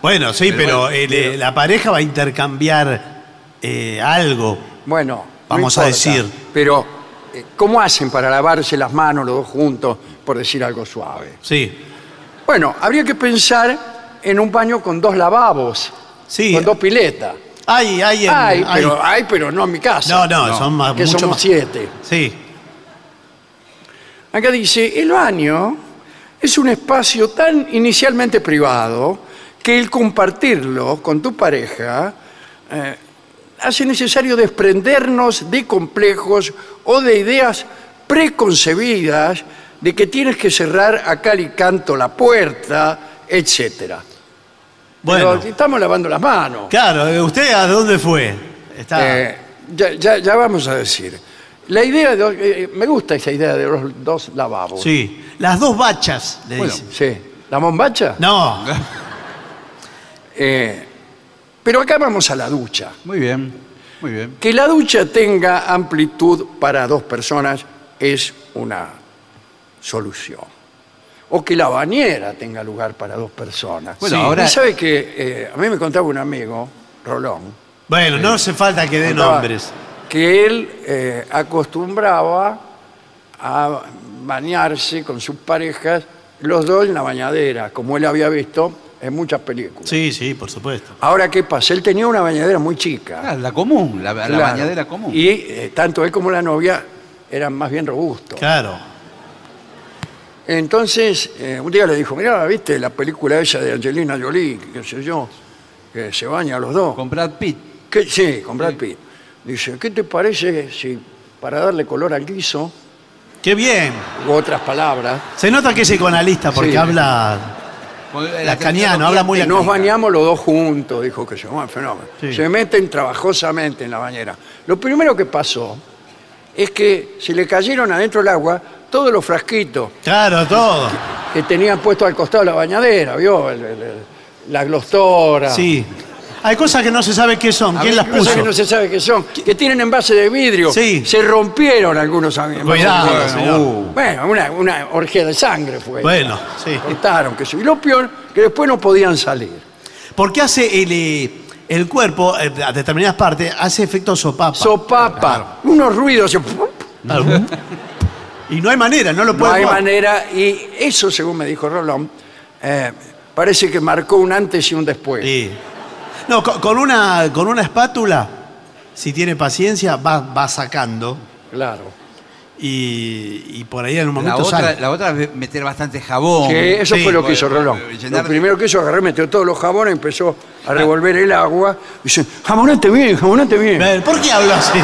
Bueno, sí, pero,
bueno,
el, eh, la pareja va a intercambiar eh, algo.
Bueno, no
Vamos a
importa,
decir.
Pero, eh, ¿cómo hacen para lavarse las manos los dos juntos, por decir algo suave?
Sí.
Bueno, habría que pensar en un baño con dos lavabos, con dos piletas.
Hay, hay, en-
hay,
hay.
pero hay, pero no en mi casa.
No, no, son más-
que
mucho
somos
más-
siete.
Sí.
Acá dice, el baño es un espacio tan inicialmente privado que el compartirlo con tu pareja eh, hace necesario desprendernos de complejos o de ideas preconcebidas de que tienes que cerrar a cal y canto la puerta, etcétera. Bueno, estamos lavando las manos.
Claro, eh, ¿usted a dónde fue? Está.
Eh, ya, ya- ya vamos a decir. La idea, de- eh, me gusta esa idea de los dos lavabos.
Sí. Las dos bachas, le
Bueno,
dicen.
sí. ¿La bombacha?
No.
Eh, pero acá vamos a la ducha.
Muy bien, muy bien.
Que la ducha tenga amplitud para dos personas es una solución. O que la bañera tenga lugar para dos personas.
Bueno, ahora-
Y sabe que eh, a mí me contaba un amigo, Rolón,
Bueno,
eh,
no hace falta que dé
Contaba
nombres.
que él eh, acostumbraba a bañarse con sus parejas, los dos en la bañadera, como él había visto en muchas películas.
Sí, sí, por supuesto.
Ahora, ¿qué pasa? Él tenía una bañadera muy chica.
Ah, la común, la, la
Claro.
bañadera común.
Y eh, tanto él como la novia eran más bien robustos.
Claro.
Entonces, eh, un día le dijo, mirá, ¿viste la película esa de Angelina Jolie, qué sé yo, que se baña los dos? Con
Brad Pitt.
sí, con Brad Pitt. Dice, ¿qué te parece si para darle color al guiso?
¡Qué bien!
U otras palabras.
Se nota que es psicoanalista porque
Sí.
habla lacaniano, habla muy
Y Nos
lacaniano.
bañamos los dos juntos, dijo que se bueno, fenómeno.
Sí.
Se meten trabajosamente en la bañera. Lo primero que pasó es que se le cayeron adentro del agua todos los frasquitos
Claro, todo.
que tenían puesto al costado de la bañadera, ¿vio? El- el- el- la glostora.
Sí. Hay cosas que no se sabe qué son, quién
Había
las
cosas
puso.
que no se sabe qué son, que tienen envase de vidrio.
Sí.
Se rompieron algunos envases de
Cuidado,
vidrio.
señor.
Uh. Bueno, una, una orgía de sangre fue.
Bueno, sí.
Cortaron, que sí. Y lo peor, que después no podían salir.
Porque hace el, eh, el cuerpo, eh, a determinadas partes, hace efecto sopapa.
Sopapa. Unos ruidos.
Y no hay manera, no lo
No
puede
hay
jugar.
manera, y eso, según me dijo Rolón, eh, parece que marcó un antes y un después.
No, co- con, una, con una espátula, si tiene paciencia, va, va sacando.
Claro.
Y, y por ahí en un
La
momento
otra,
sale.
la otra es meter bastante jabón.
Sí, eso fue lo que hizo Rolón.
Llenar
Lo primero que hizo, agarró, metió todos los jabones, empezó
Ah.
a revolver el agua. y Dice, jabonate bien, jabonate bien.
¿Por qué habla así?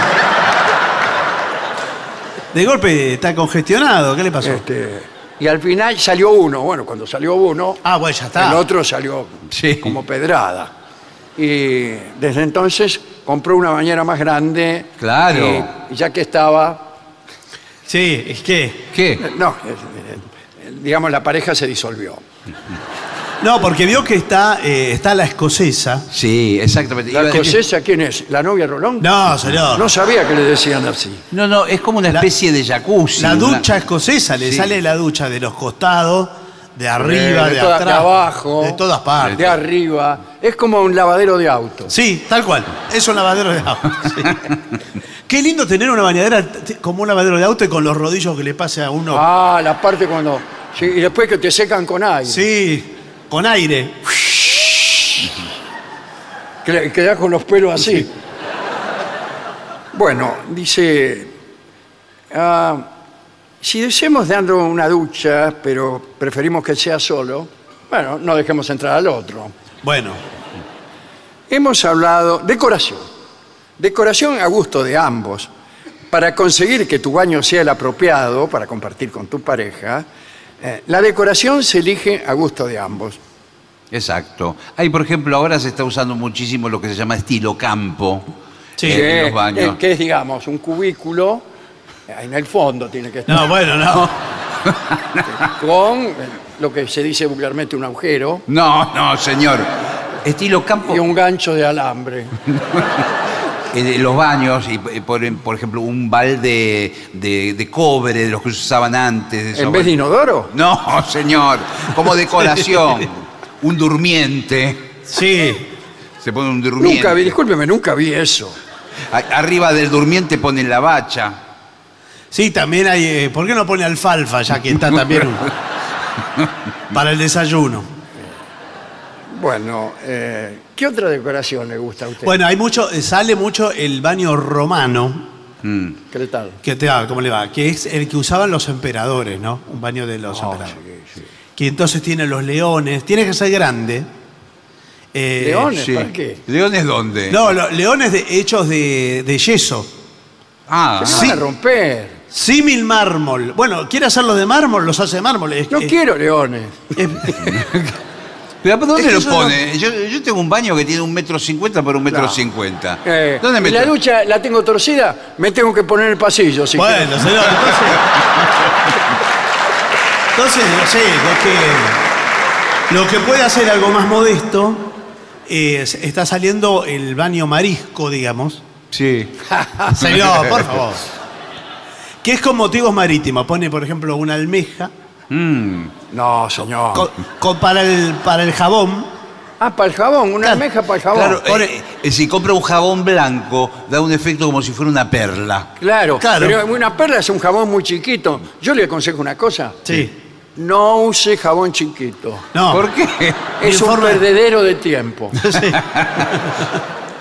De golpe está congestionado. ¿Qué le pasó?
Y al final salió uno. Bueno, cuando salió uno,
Ah, bueno, ya está.
el otro salió como pedrada. Y desde entonces compró una bañera más grande.
Claro.
Y ya que estaba,
Sí, es que.
¿Qué?
no, eh, eh, digamos, la pareja se disolvió.
No, porque vio que está, eh, está la escocesa.
Sí, exactamente.
¿La
Iba a decir-
escocesa quién es? ¿La novia Rolón?
No, señor.
No sabía que le decían así.
No, no, es como una especie de jacuzzi.
La
una-
ducha escocesa, le
Sí.
sale la ducha de los costados, de arriba,
Eh,
de,
toda-
atrás,
de abajo,
de todas partes.
de arriba. Es como un lavadero de auto.
Sí, tal cual. Es un lavadero de auto. sí. Qué lindo tener una bañadera t- como un lavadero de auto y con los rodillos que le pase a uno.
Ah, la parte cuando. sí, y después que te secan con aire.
Sí, con aire.
Que le- quedás con los pelos así. Bueno, dice. ah, si deseamos dando una ducha, pero preferimos que sea solo, bueno, no dejemos entrar al otro.
Bueno,
Hemos hablado decoración. Decoración a gusto de ambos. Para conseguir que tu baño sea el apropiado para compartir con tu pareja, eh, la decoración se elige a gusto de ambos.
Exacto. Hay, por ejemplo, ahora se está usando muchísimo lo que se llama estilo campo eh,
que,
en los baños.
eh, que es, digamos, un cubículo, eh, en el fondo tiene que estar,
no, bueno, no.
con eh, lo que se dice vulgarmente un agujero
No, no, señor. Estilo campo
y un gancho de alambre.
eh, de los baños, y eh, por, por ejemplo, un balde de, de cobre de los que se usaban antes. de
¿En vez de
esos-
inodoro?
No, señor. Como decoración. un durmiente.
Sí,
Se pone un durmiente.
Nunca vi, discúlpeme, nunca vi eso.
A- Arriba del durmiente ponen la bacha.
sí, también hay. eh, ¿Por qué no pone alfalfa ya que está también un- para el desayuno?
Bueno, eh, ¿qué otra decoración le gusta a usted?
Bueno, hay mucho, eh, sale mucho el baño romano.
¿Qué tal?
Que te va, ¿cómo le va? Que es el que usaban los emperadores, ¿no? Un baño de los
Oh,
emperadores.
sí, sí.
Que entonces tiene los leones. Tiene que ser grande. Eh,
¿Leones? ¿Para qué?
¿Leones dónde?
No, los leones de- hechos de, de yeso.
Ah,
Se
sí.
van a romper.
Símil mármol. Bueno, quiere hacerlos de mármol, los hace de mármol. Es-
No
es-
quiero leones.
es-
¿Pero dónde
Es que
lo
yo
pone? Yo, yo tengo un baño que tiene un metro cincuenta por un metro
Claro.
cincuenta.
Eh,
¿Dónde
y
meto?
la ducha la tengo torcida, me tengo que poner en el pasillo. Si
bueno,
quiero.
señor, entonces. Entonces, no sé, lo que, lo que puede hacer algo más modesto eh, es, está saliendo el baño marisco, digamos.
Sí.
Señor, por favor. Que es con motivos marítimos. Pone, por ejemplo, una almeja
Mm,
No, señor.
co- co- para, el, para el jabón.
ah, para el jabón, una almeja para el jabón.
claro,
Claro,
eh, eh, si compra un jabón blanco, da un efecto como si fuera una perla.
claro,
claro.
Pero una perla es un jabón muy chiquito. Yo le aconsejo una cosa.
Sí.
no use jabón chiquito.
No.
¿Por
qué?
Es un
Informe-
perdedero de tiempo.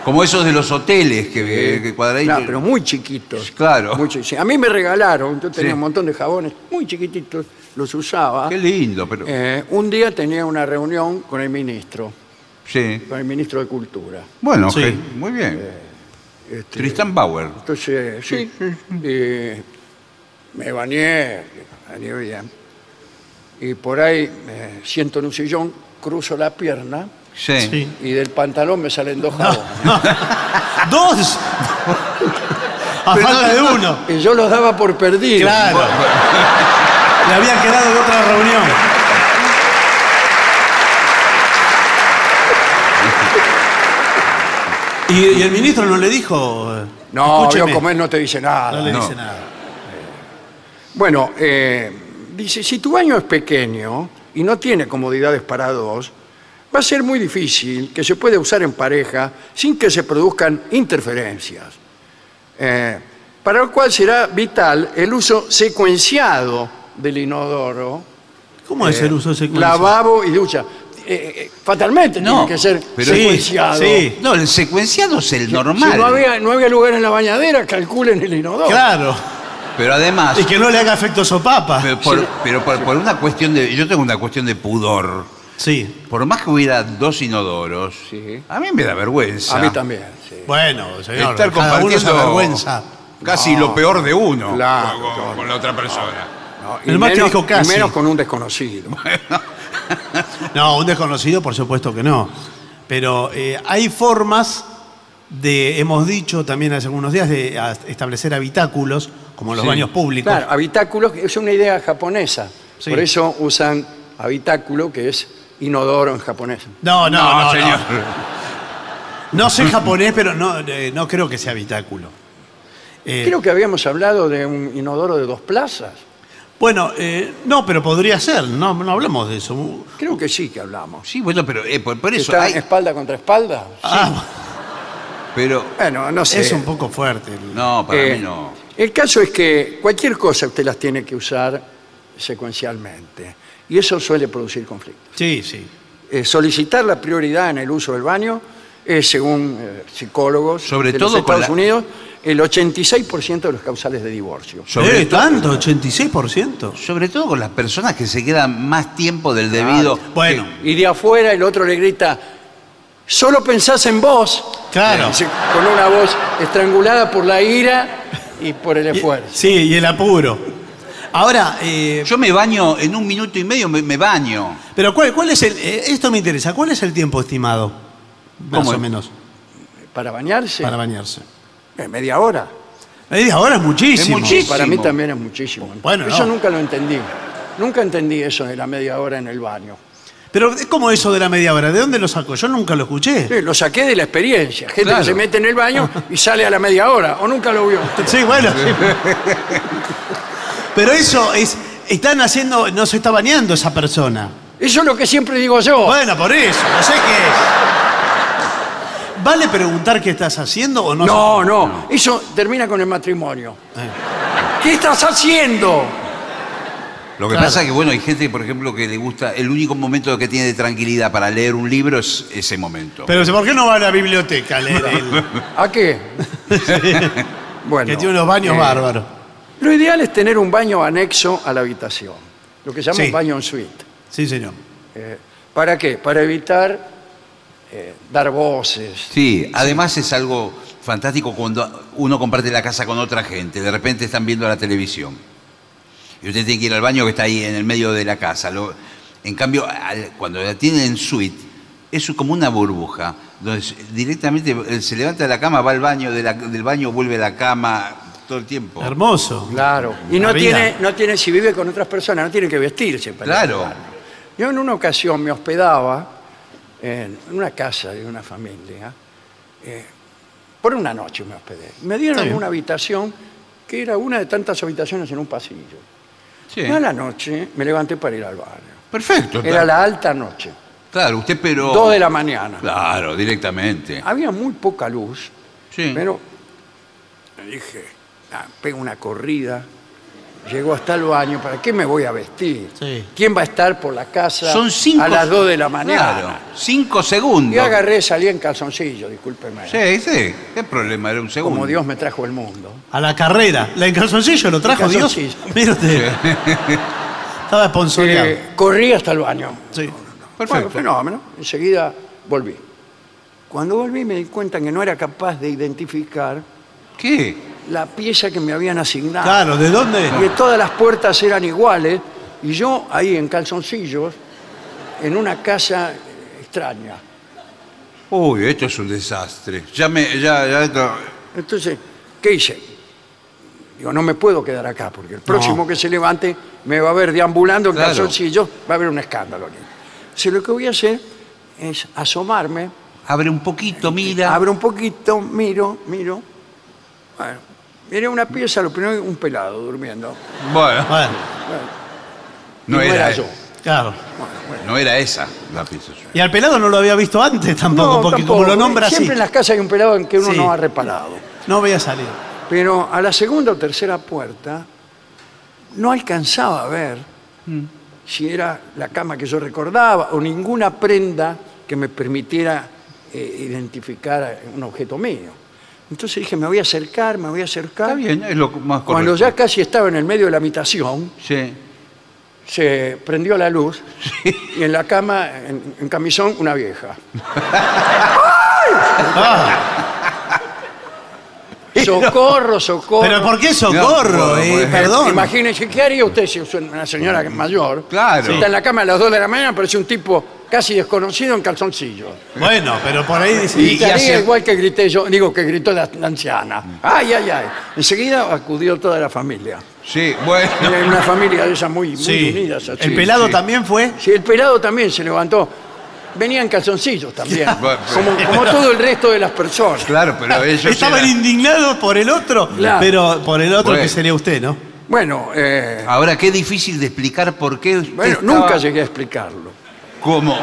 Como esos de los hoteles que, que cuadraditos.
No, pero muy chiquitos.
Claro.
Muy chiquitos. A mí me regalaron, yo tenía
Sí.
un montón de jabones muy chiquititos, los usaba.
Qué lindo, pero.
Eh, un día tenía una reunión con el ministro,
sí.
con el ministro de Cultura. Eh, este,
Bueno, gen- muy bien. Tristan Bauer.
Entonces, sí, eh, me bañé, me bañé bien. Y por ahí me siento en un sillón, cruzo la pierna
Sí.
y del pantalón me salen dos jabones.
¡Dos! A falta de uno.
Y yo los daba por perdido.
Claro. Le habían quedado de otra reunión. ¿Y, y el ministro no le dijo? eh,
No,
escúcheme?
yo comer no te dice nada.
No le dice nada.
Bueno, eh, dice, si tu baño es pequeño y no tiene comodidades para dos, va a ser muy difícil que se pueda usar en pareja sin que se produzcan interferencias. Eh, para lo cual será vital el uso secuenciado del inodoro.
¿Cómo es
eh,
el uso secuenciado?
Lavabo y ducha. Eh, eh, fatalmente tiene que ser secuenciado.
No, el secuenciado es el normal.
Si no había, no había lugar en la bañadera, calculen el inodoro.
Claro.
Pero además.
Y que no le haga efecto sopapa.
Pero por, pero por- por una cuestión de. Yo tengo una cuestión de pudor.
Sí.
Por más que hubiera dos inodoros, a mí me da vergüenza.
A mí también. sí.
Bueno,
Este,
señor.
Estar
cada uno esa
compartiendo-
vergüenza.
Casi
No.
lo peor de uno
Claro,
con- con, con la otra persona.
Y
El mate
menos-
dijo
y
casi.
menos con un desconocido.
No, un desconocido, por supuesto que no. Pero eh, hay formas de, hemos dicho también hace algunos días, de a- establecer habitáculos, como los
Sí.
baños públicos.
Claro, habitáculos es una idea japonesa.
Sí.
Por eso usan habitáculo, que es inodoro en japonés.
No, no, no, no.
señor.
No sé japonés, pero no, eh, no creo que sea habitáculo. Eh,
Creo que habíamos hablado de un inodoro de dos plazas.
Bueno, eh, no, pero podría ser, no, no hablamos de eso.
Creo que sí que hablamos.
Sí, bueno, pero eh, por, por
Que
eso.
está
hay-
espalda contra espalda.
Ah,
pero.
Bueno, no sé.
es un poco fuerte.
No, para
Eh,
mí no.
El caso es que cualquier cosa usted las tiene que usar secuencialmente. Y eso suele producir conflictos.
Sí, sí.
Eh, solicitar la prioridad en el uso del baño es, según eh, psicólogos
Sobre
de
todo
los
con
Estados
la-
Unidos, el 86% de los causales de divorcio.
Eh, ¿Tanto? ¿86%?
Sobre todo con las personas que se quedan más tiempo del debido.
Bueno,
Y de afuera el otro le grita, solo pensás en vos.
Claro.
Dice, Con una voz estrangulada por la ira y por el esfuerzo.
sí, y el apuro. Ahora, eh,
Yo me baño en un minuto y medio, me, me baño.
pero ¿cuál, cuál es el, eh, esto me interesa, ¿cuál es el tiempo estimado? Más
¿Cómo?
o menos,
Para bañarse,
para bañarse.
eh, media hora.
Eh, ahora es muchísimo.
Es muchísimo.
Para mí también es muchísimo.
Bueno,
eso
no.
nunca lo entendí. Nunca entendí eso de la media hora en el baño.
Pero es como eso de la media hora, ¿de dónde lo saco? Yo nunca lo escuché.
Sí, lo saqué de la experiencia. Gente
Claro.
que se mete en el baño y sale a la media hora. O nunca lo vio.
Sí, bueno. sí. Pero eso es. Están haciendo. No se está bañando esa persona.
Eso es lo que siempre digo yo.
Bueno, por eso. No sé qué es. ¿Vale preguntar qué estás haciendo o no? Eh.
no, no, Eso termina con el matrimonio. ¿Qué estás haciendo?
Lo que
Claro.
pasa es que, bueno, hay gente, por ejemplo, que le gusta. El único momento que tiene de tranquilidad para leer un libro es ese momento.
Pero ¿por qué no va a la biblioteca a leer el-
¿A qué? Bueno.
que tiene unos baños
eh,
bárbaros.
Lo ideal es tener un baño anexo a la habitación. Lo que llaman
Sí.
baño en suite.
Sí, señor.
Eh, ¿Para qué? Para evitar eh, dar voces.
Sí, además es algo fantástico cuando uno comparte la casa con otra gente. De repente están viendo la televisión. Y usted tiene que ir al baño que está ahí en el medio de la casa. Lo- en cambio, al- cuando la tienen en suite, es como una burbuja. Donde se- directamente eh, se levanta de la cama, va al baño, de la- del baño vuelve a la cama todo el tiempo.
Hermoso.
Claro. Y no
La vida.
tiene, no tiene, si vive con otras personas, no tiene que vestirse. Para
Claro.
Yo en una ocasión me hospedaba en una casa de una familia. eh, por una noche me hospedé. Me
Está
dieron
bien.
una habitación que era una de tantas habitaciones en un pasillo.
Sí.
Y a la noche me levanté para ir al baño.
Perfecto.
Era la alta noche,
Claro, usted pero...
dos de la mañana.
Claro, directamente.
Había muy poca luz,
Sí.
pero me dije, ah, pego una corrida llegó hasta el baño, ¿para qué me voy a vestir? ¿Quién va a estar por la casa
Son cinco
a las 2 de la mañana?
Claro, cinco segundos.
Y agarré, y salí en calzoncillo, discúlpeme.
Sí, sí. ¿Qué problema? Era un segundo.
Como Dios me trajo el mundo.
A la carrera. La en calzoncillo lo trajo
En
Dios.
calzoncillo.
Mire usted. Estaba esponsoreado.
Eh, corrí hasta el baño.
Sí.
Bueno, fenómeno. Enseguida volví. Cuando volví me di cuenta que no era capaz de identificar
¿Qué?
la pieza que me habían asignado.
Claro, ¿de dónde?
Y todas las puertas eran iguales y yo ahí en calzoncillos, en una casa extraña.
Uy, esto es un desastre. Ya me. Ya, ya esto-
Entonces, ¿qué hice? Digo, no me puedo quedar acá porque el próximo que se levante me va a ver deambulando en
Claro.
calzoncillos, va a haber un escándalo. aquí. Entonces, lo que voy a hacer es asomarme. Eh,
Abre un poquito, mira.
Abre un poquito, miro, miro. Bueno, miré una pieza, lo primero un pelado durmiendo.
Bueno.
Bueno,
No,
y
era, e-
yo.
Claro.
No era esa la pieza.
Y al pelado no lo había visto antes tampoco,
No,
porque
tampoco.
como lo nombra así,
Siempre en las casas hay un pelado en que uno
Sí.
no ha reparado.
no había salido.
Pero a la segunda o tercera puerta no alcanzaba a ver
Mm.
si era la cama que yo recordaba o ninguna prenda que me permitiera eh, identificar un objeto mío. Entonces dije, me voy a acercar, me voy a acercar.
Está bien, es lo más correcto.
Cuando ya casi estaba en el medio de la habitación,
Sí.
se prendió la luz y en la cama, en, en camisón, una vieja. ¡Ay! Socorro, socorro.
Pero ¿por qué socorro?
No,
eh?
bueno.
Perdón.
Imagínense, ¿qué haría usted si es una señora mayor?
Claro.
Si está en la cama a las 2 de la mañana, aparece un tipo casi desconocido en calzoncillo.
Bueno, pero por ahí dice.
Y, igual que grité yo, digo que gritó la, la anciana. ¡Ay, ay, ay! Enseguida acudió toda la familia.
Sí, bueno.
Era una familia de esas muy, muy unidas. así.
el pelado
sí.
también fue.
Sí, el pelado también se levantó. Venían calzoncillos también,
Bueno,
como,
pero-
como todo el resto de las personas.
Claro, pero ellos.
Estaban
eran-
indignados por el otro,
Claro.
pero por el otro
Bueno.
que sería usted, ¿no?
Bueno, eh,
Ahora, qué difícil de explicar por qué. usted
bueno
estaba-
nunca llegué a explicarlo,
¿Cómo?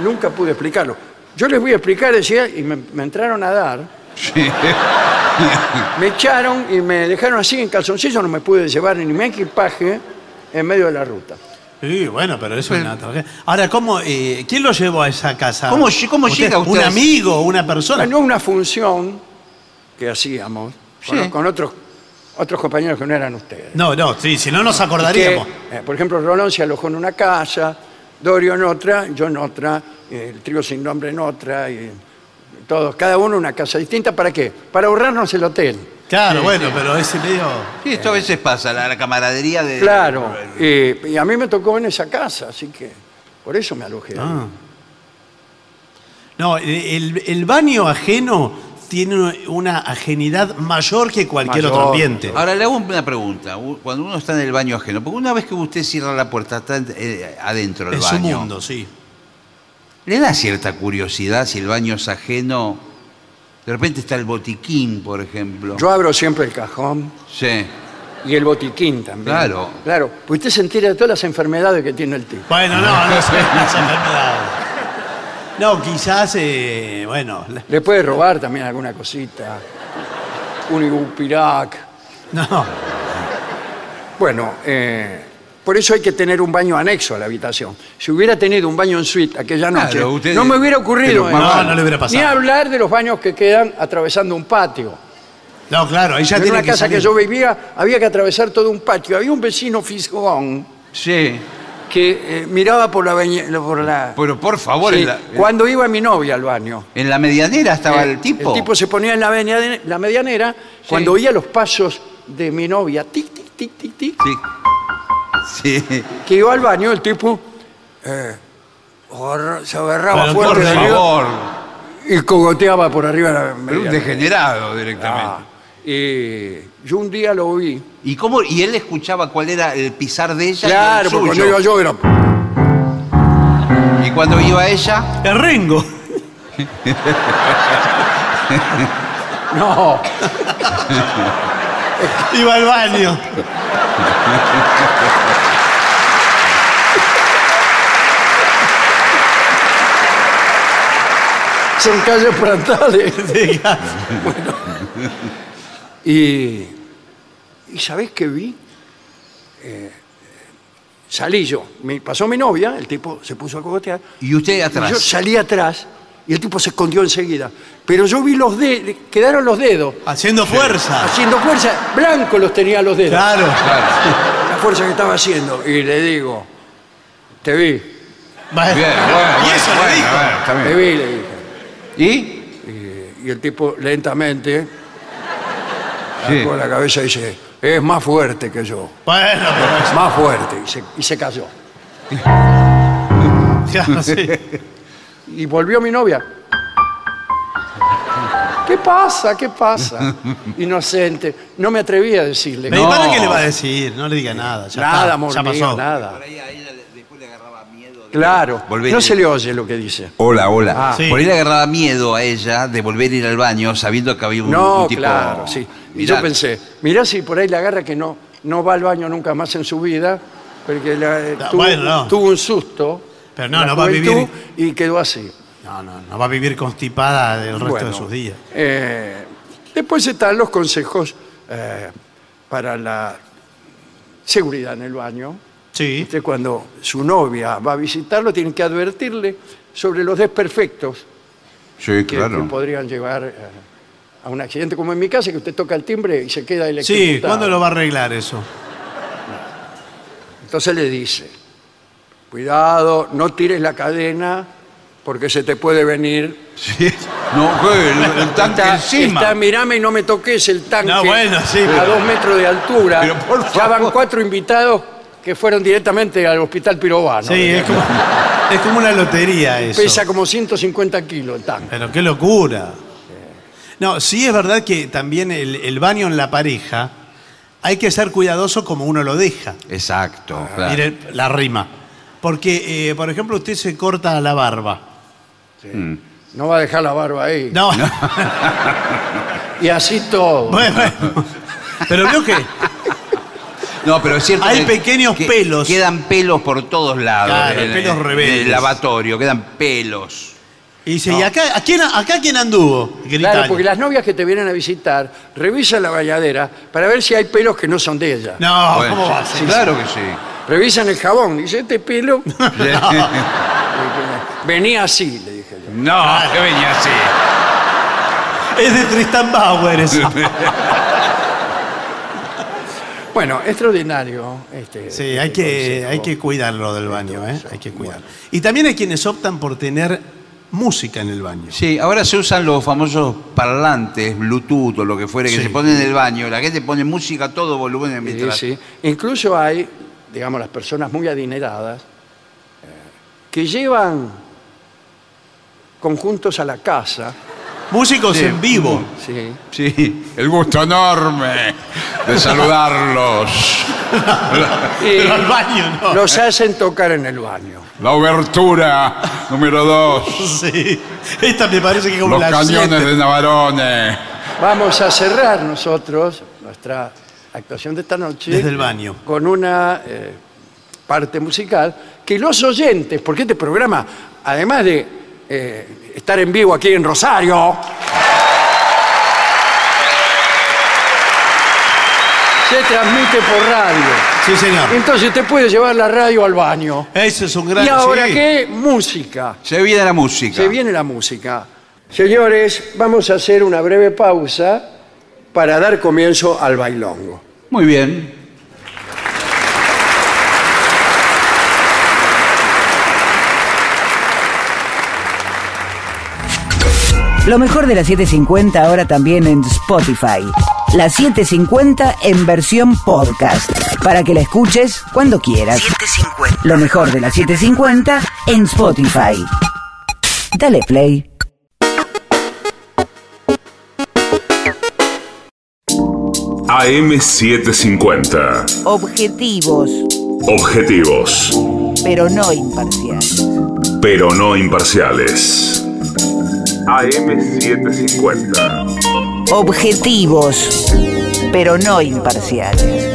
nunca pude explicarlo. Yo les voy a explicar, decía, y me, me entraron a dar,
Sí.
me echaron y me dejaron así en calzoncillos, no me pude llevar ni mi equipaje en medio de la ruta.
Sí, bueno, pero eso es una tragedia. Ahora, ¿cómo, eh, ¿quién lo llevó a esa casa?
Ah, ¿Cómo lle- cómo llega usted
¿Un
a-
amigo, una persona?
Bueno, una función que hacíamos con,
Sí.
con otros, otros compañeros que no eran ustedes.
No, no, sí, si no nos acordaríamos.
que, eh, por ejemplo, Rolón se alojó en una casa, Dorio en otra, yo en otra, eh, el trío sin nombre en otra, y todos, cada uno en una casa distinta. ¿Para qué? Para ahorrarnos el hotel.
Claro, bueno, pero ese medio. eh,
Sí, esto a veces pasa, la, la camaradería de.
Claro. Y, y a mí me tocó en esa casa, así que por eso me alojé. ahí.
Ah. No, el, el baño ajeno tiene una ajenidad mayor que cualquier
Mayor.
otro ambiente.
Ahora le hago una pregunta. U- Cuando uno está en el baño ajeno, porque una vez que usted cierra la puerta, está eh, adentro del
Es
baño.
un mundo, sí.
¿Le da cierta curiosidad si el baño es ajeno? De repente está el botiquín, por ejemplo.
Yo abro siempre el cajón
Sí.
y el botiquín también.
Claro.
Claro, pues usted se entera de todas las enfermedades que tiene el tipo.
Bueno, no, no sé, las enfermedades. No, quizás, eh, bueno, la-
Le puede robar también alguna cosita. Un ibupirac.
no.
Bueno, eh, por eso hay que tener un baño anexo a la habitación. Si hubiera tenido un baño en suite aquella noche,
Claro, usted-
no me hubiera ocurrido.
Pero,
eh,
mamá, No, no le hubiera pasado.
Ni hablar de los baños que quedan atravesando un patio.
No, claro, ahí ya
en
tiene
una
que
casa
salir.
que yo vivía había que atravesar todo un patio. Había un vecino fisgón
Sí.
que eh, miraba por la... veñe- Por la
Pero por favor,
Sí,
en, la,
cuando iba mi novia al baño.
en la medianera estaba
Eh,
el tipo.
El tipo se ponía en la, veñade- la medianera cuando oía los pasos de mi novia. Tic, tic, tic, tic, tic.
Sí. Sí.
que iba al baño, el tipo eh, agarra- se agarraba
Pero,
fuerte
por
del
favor.
dedo y cogoteaba por arriba de la
Era un
media.
degenerado directamente.
Ah, y yo un día lo vi.
¿Y cómo? ¿Y él escuchaba cuál era el pisar de ella? y el
Claro, porque
suyo?
cuando iba yo era.
Y cuando iba ella,
El Rengo.
No,
Iba al baño.
son calles plantales. Y, ¿Y sabés qué vi? eh, salí yo. Me pasó mi novia, el tipo se puso a cogotear.
Y usted atrás.
Yo salí atrás y el tipo se escondió enseguida. Pero yo vi los dedos, quedaron los dedos.
Haciendo fuerza.
Haciendo fuerza, blanco los tenía los dedos.
Claro. Claro.
La fuerza que estaba haciendo. Y le digo, te vi.
Bueno. Bien, bueno, Y eso bueno, le dijo. bueno, está bien.
Te vi, le dije.
¿Y?
Y, el tipo lentamente sacó
Sí.
la cabeza y dice, es más fuerte que yo.
Bueno, pero es-
Más fuerte. Y se, y se cayó.
Claro, sí.
Y volvió mi novia. ¿Qué pasa? ¿Qué pasa? Inocente. No me atreví a decirle.
Pero ¿y ¿Para qué le va a decir? No le diga nada. Ya
Nada,
está,
amor
Ya
mío,
pasó.
nada. Claro.
Volver
no
a-
se le oye lo que dice.
Hola, hola.
Ah. Sí.
Por ahí le agarraba miedo a ella de volver a ir al baño sabiendo que había un,
No,
un tipo.
claro, sí. Y
Mirá.
yo pensé, mirá si por ahí la agarra que no, no va al baño nunca más en su vida, porque la- eh,
No,
tuvo,
bueno, no.
tuvo un susto.
Pero no,
en la
no va a vivir-
juventud Y quedó así.
No, no, no va a vivir constipada el resto
Bueno.
de sus días.
Eh, después están los consejos eh, para la seguridad en el baño.
Sí.
Usted cuando su novia va a visitarlo tiene que advertirle sobre los desperfectos
Sí,
que, que podrían llevar eh, a un accidente, como en mi casa, que usted toca el timbre y se queda electrocutado.
Sí, ¿cuándo lo va a arreglar eso?
Entonces le dice, cuidado, no tires la cadena porque se te puede venir.
No, ¿qué? el, el tanque encima.
Está, mirame y no me toques el tanque
No, bueno, sí,
a
pero-
dos metros de altura.
Pero, por
Ya van
favor.
cuatro invitados que fueron directamente al hospital pirobano.
Sí, es como, es como una lotería eso.
Pesa como 150 kilos el tanque.
Pero qué locura. No, sí es verdad que también el, el baño en la pareja hay que ser cuidadoso como uno lo deja. Ah,
Exacto, claro.
Mire la rima. Porque, eh, por ejemplo, usted se corta la barba.
Mm.
No va a dejar la barba ahí.
No,
Y así todo.
bueno, bueno. Pero veo que
No, pero es cierto.
Hay
que-
pequeños
que
pelos.
Quedan pelos por todos lados.
Claro,
en-
pelos
en-
rebeldes.
En el lavatorio, quedan pelos.
Y dice, ¿y acá, ¿a quién, acá quién anduvo? Grita
Claro,
alguien.
porque las novias que te vienen a visitar revisan la bañadera para ver si hay pelos que no son de ella.
No,
Bueno,
¿cómo va a
sí,
ser?
Claro que sí.
Revisan el jabón. Dice, este pelo venía así, le dije yo.
no, que venía así.
Es de Tristan Bauer eso.
Bueno, extraordinario. Este,
Sí,
este
hay que,
consejo.
hay que cuidarlo del baño, ¿eh? Hay que cuidarlo. Y también hay quienes optan por tener música en el baño.
Sí, ahora se usan los famosos parlantes, Bluetooth o lo que fuere, que
Sí.
se ponen en el baño. La gente pone música a todo volumen
Sí,
mientras.
sí. Incluso hay, digamos, las personas muy adineradas eh, que llevan conjuntos a la casa.
Músicos
Sí.
en vivo.
Sí.
Sí, el gusto enorme de saludarlos.
Y
Pero al baño no.
los hacen tocar en el baño.
La obertura número dos.
Sí. Esta me parece que como
Los
la
cañones
siete.
de Navarone.
Vamos a cerrar nosotros nuestra actuación de esta noche.
Desde el baño.
Con una eh, parte musical que los oyentes, porque este programa, además de eh, estar en vivo aquí en Rosario, se transmite por radio.
Sí, señor.
Entonces usted puede llevar la radio al baño.
Eso es un gran...
¿Y ahora
sí.
qué? Música.
Se viene la música.
Se viene la música. Señores, vamos a hacer una breve pausa para dar comienzo al bailongo.
Muy bien.
Lo mejor de la 750 ahora también en Spotify. La 750 en versión podcast. Para que la escuches cuando quieras. Lo mejor de la 750 en Spotify. Dale play.
AM750.
Objetivos,
Objetivos,
pero no imparciales.
pero no imparciales. AM750.
Objetivos, pero no imparciales.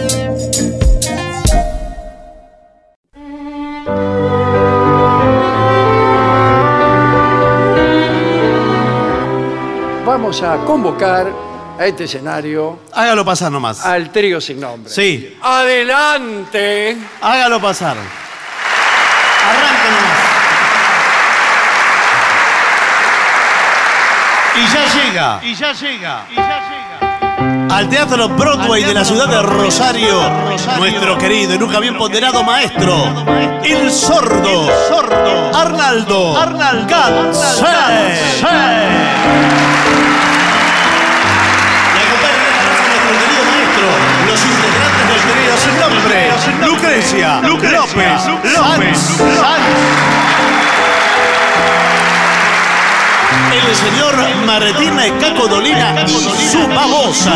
Vamos a convocar a este escenario
Hágalo pasar nomás.
al trío sin nombre.
Sí.
Adelante.
Hágalo pasar. Y ya llega
Y ya llega. Y ya
al Teatro Broadway de la ciudad de Rosario, nuestro querido y nunca bien ponderado maestro, el sordo, Arnaldo, Gansé. Los integrantes del querido sin nombre, Lucrecia, López, López, el señor Martín Caco Dolina y su babosa.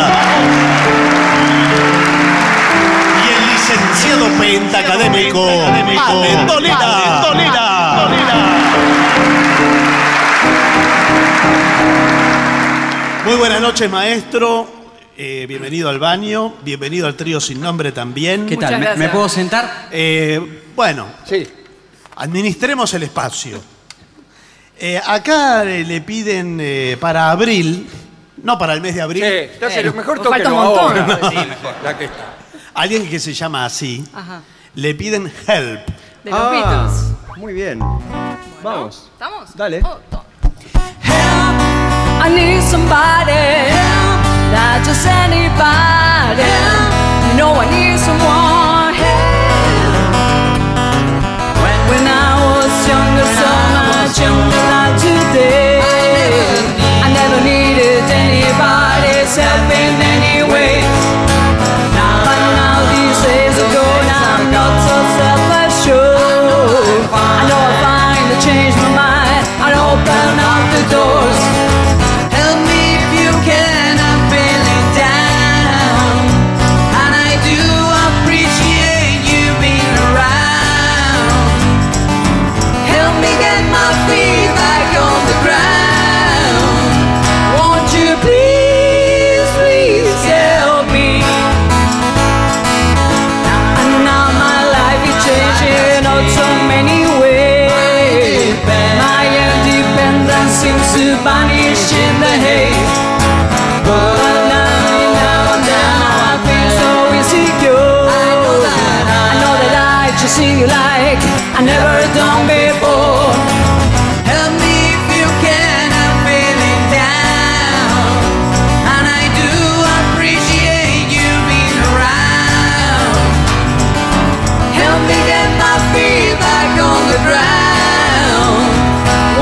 Y el licenciado pentacadémico Ale Dolina. Muy buenas noches, maestro. Eh, bienvenido al baño, bienvenido al trío sin nombre también. Eh,
¿Qué tal? Muchas ¿Me- me gracias. puedo sentar?
bueno, administremos el espacio. Eh, acá eh, le piden eh, para abril, no para el mes de abril. Eh,
Entonces, lo mejor tóquelo ahora. Sí, ya que está.
Alguien que se llama así,
Ajá.
le piden help.
De los Beatles. Muy bien. Vamos.
¿Estamos?
Dale. I need somebody, not just anybody. You know I need someone. When, when I was younger, so much younger than today. I never needed anybody's help in any way. Now, but now these days are gone, I'm not so self-assured. I know I find I change my mind, I open up the doors. Help me if you can, I'm feeling down. And I do appreciate you being around. Help me get my feet back on the ground. Won't you please, please help me? And now my life is changing out so many ways. My independence seems to vanish in the haze. But now, now, now I feel so insecure. I know that I just see you like I never done before. Help me if you can, I'm feeling down. And I do appreciate you being around. Help me get my feet back on the ground.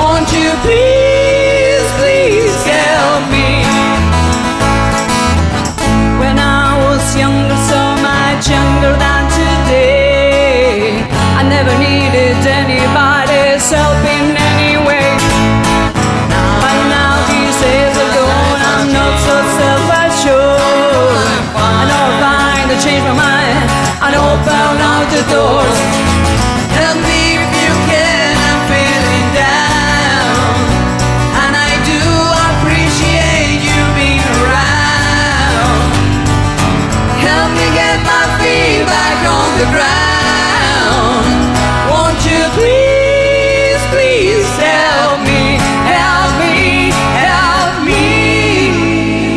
Won't you please, please help me? When I was younger, so much younger than today, I never needed anybody's help in any way. But now these days are gone, I'm not so self-assured. I know I find to change my mind, I open out the doors. Help me if you can, I'm feeling down. And I do appreciate you being around. Help me get my feet back on the ground. Won't you please, please help me, help me, help me?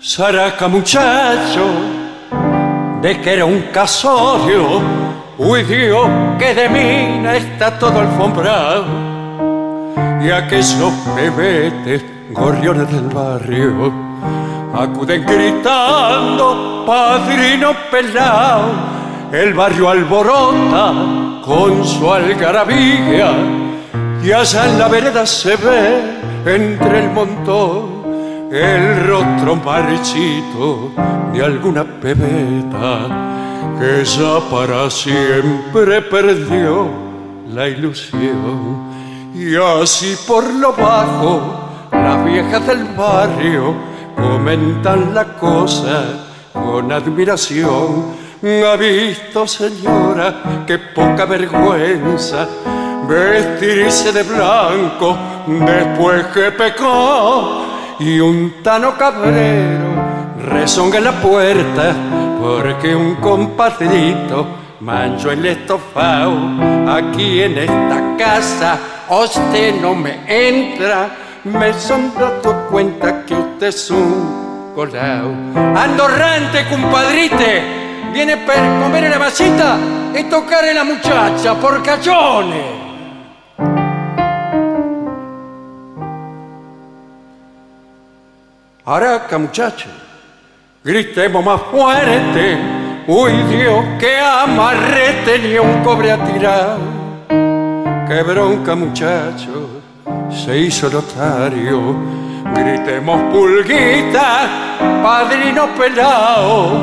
Saraca muchacho, de que era un casorio, uy Dios, que de mina está todo alfombrado. Y aquellos bebetes, gorriones del barrio, acuden gritando, padrino pelao. El barrio alborota con su algarabía, y allá en la vereda se ve, entre el montón, el rostro marchito de alguna pebeta que ya para siempre perdió la ilusión. Y así por lo bajo, las viejas del barrio comentan la cosa con admiración. Ha visto, señora, que poca vergüenza vestirse de blanco después que pecó y un tano cabrero rezonga en la puerta porque un compadrito manchó el estofado aquí en esta casa usted no me entra me son dando cuenta que usted es un colao andorrante compadrite viene per comer en la masita y tocar en la muchacha por cachones Araca, muchacho. Gritemos más fuerte. Uy, Dios, que amarrete ni un cobre a tirar. Qué bronca, muchacho. Se hizo notario. Gritemos pulguita, padrino pelao.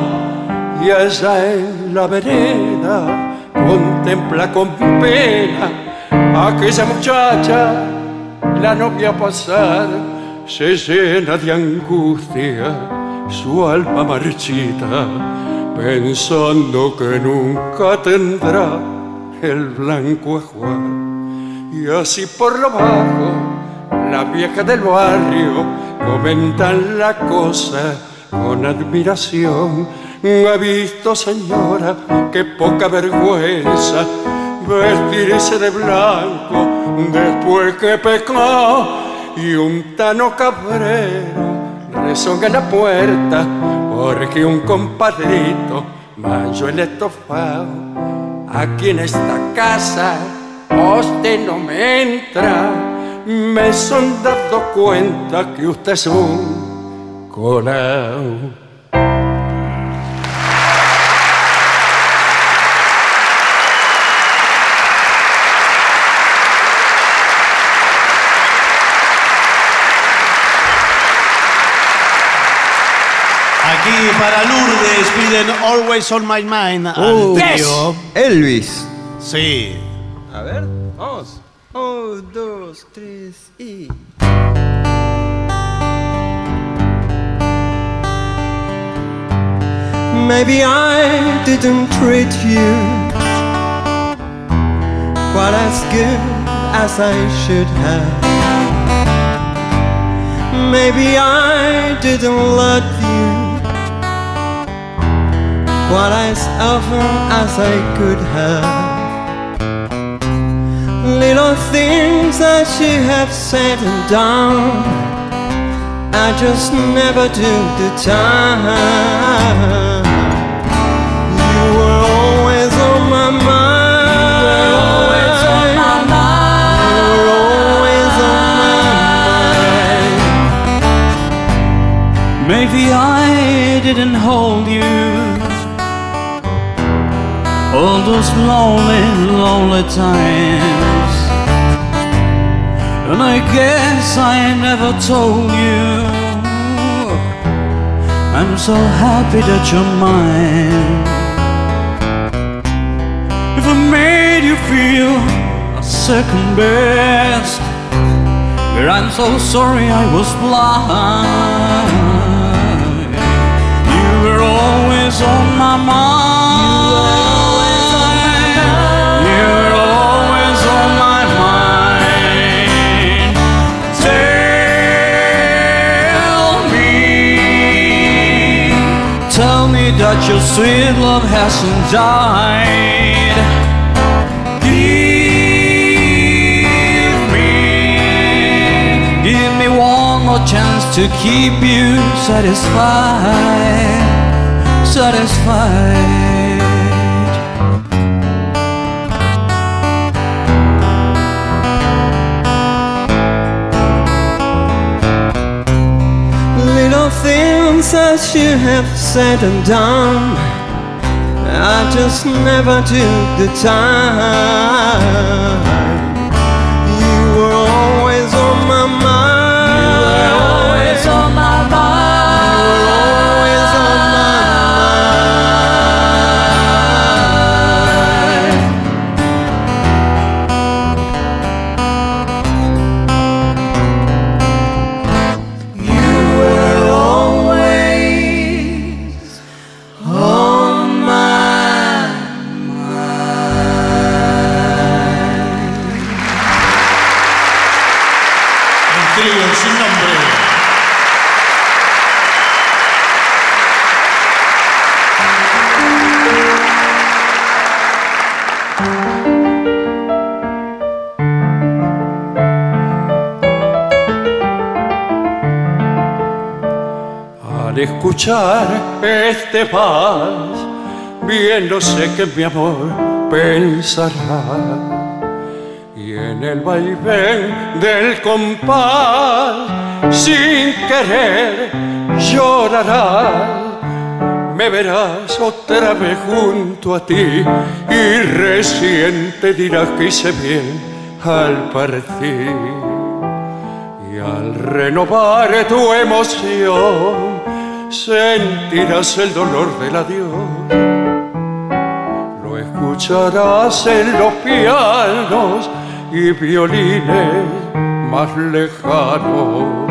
Y allá en la vereda contempla con pena a aquella muchacha, la novia pasar se llena de angustia su alma marchita, pensando que nunca tendrá el blanco ajuar. Y así por lo bajo, la vieja del barrio comentan la cosa con admiración. Ha visto, señora, que poca vergüenza vestirse de blanco después que pecó y un tano cabrero rezonga en la puerta porque un compadrito manchó el estofado. Aquí en esta casa usted no me entra, me son dando cuenta que usted es un colao.
Aquí para Lourdes piden Always on My Mind al
Uh,
trío.
Elvis.
Ah, Sí.
A ver, vamos.
Um,
Un, dos, tres y.
e
Maybe I didn't treat you quite as good as I should have. Maybe I didn't love you quite as often as I could have. Little things that you have said and done. I just never do the time. You were always on my mind. You were always on my mind.
Maybe I didn't hold you all those lonely, lonely times. And I guess I never told you I'm so happy that you're mine. If I made you feel a second best, but I'm so sorry I was blind. You were always on my mind. You were always on my mind. Tell me, tell me that your sweet love hasn't died. Give me Give me one more chance to keep you satisfied, satisfied.
Little things that you have said and done. I just never do the time. You were always on my mind. You were always on my mind. You were always on my mind.
on my mind.
escriben sin nombre.
Al escuchar este vals, bien lo sé que mi amor pensará. Y en el vaivén del compás, sin querer, llorarás. Me verás otra vez junto a ti y recién te dirás que hice bien al partir. Y al renovar tu emoción, sentirás el dolor del adiós. Lo escucharás en los pianos y violines más lejanos.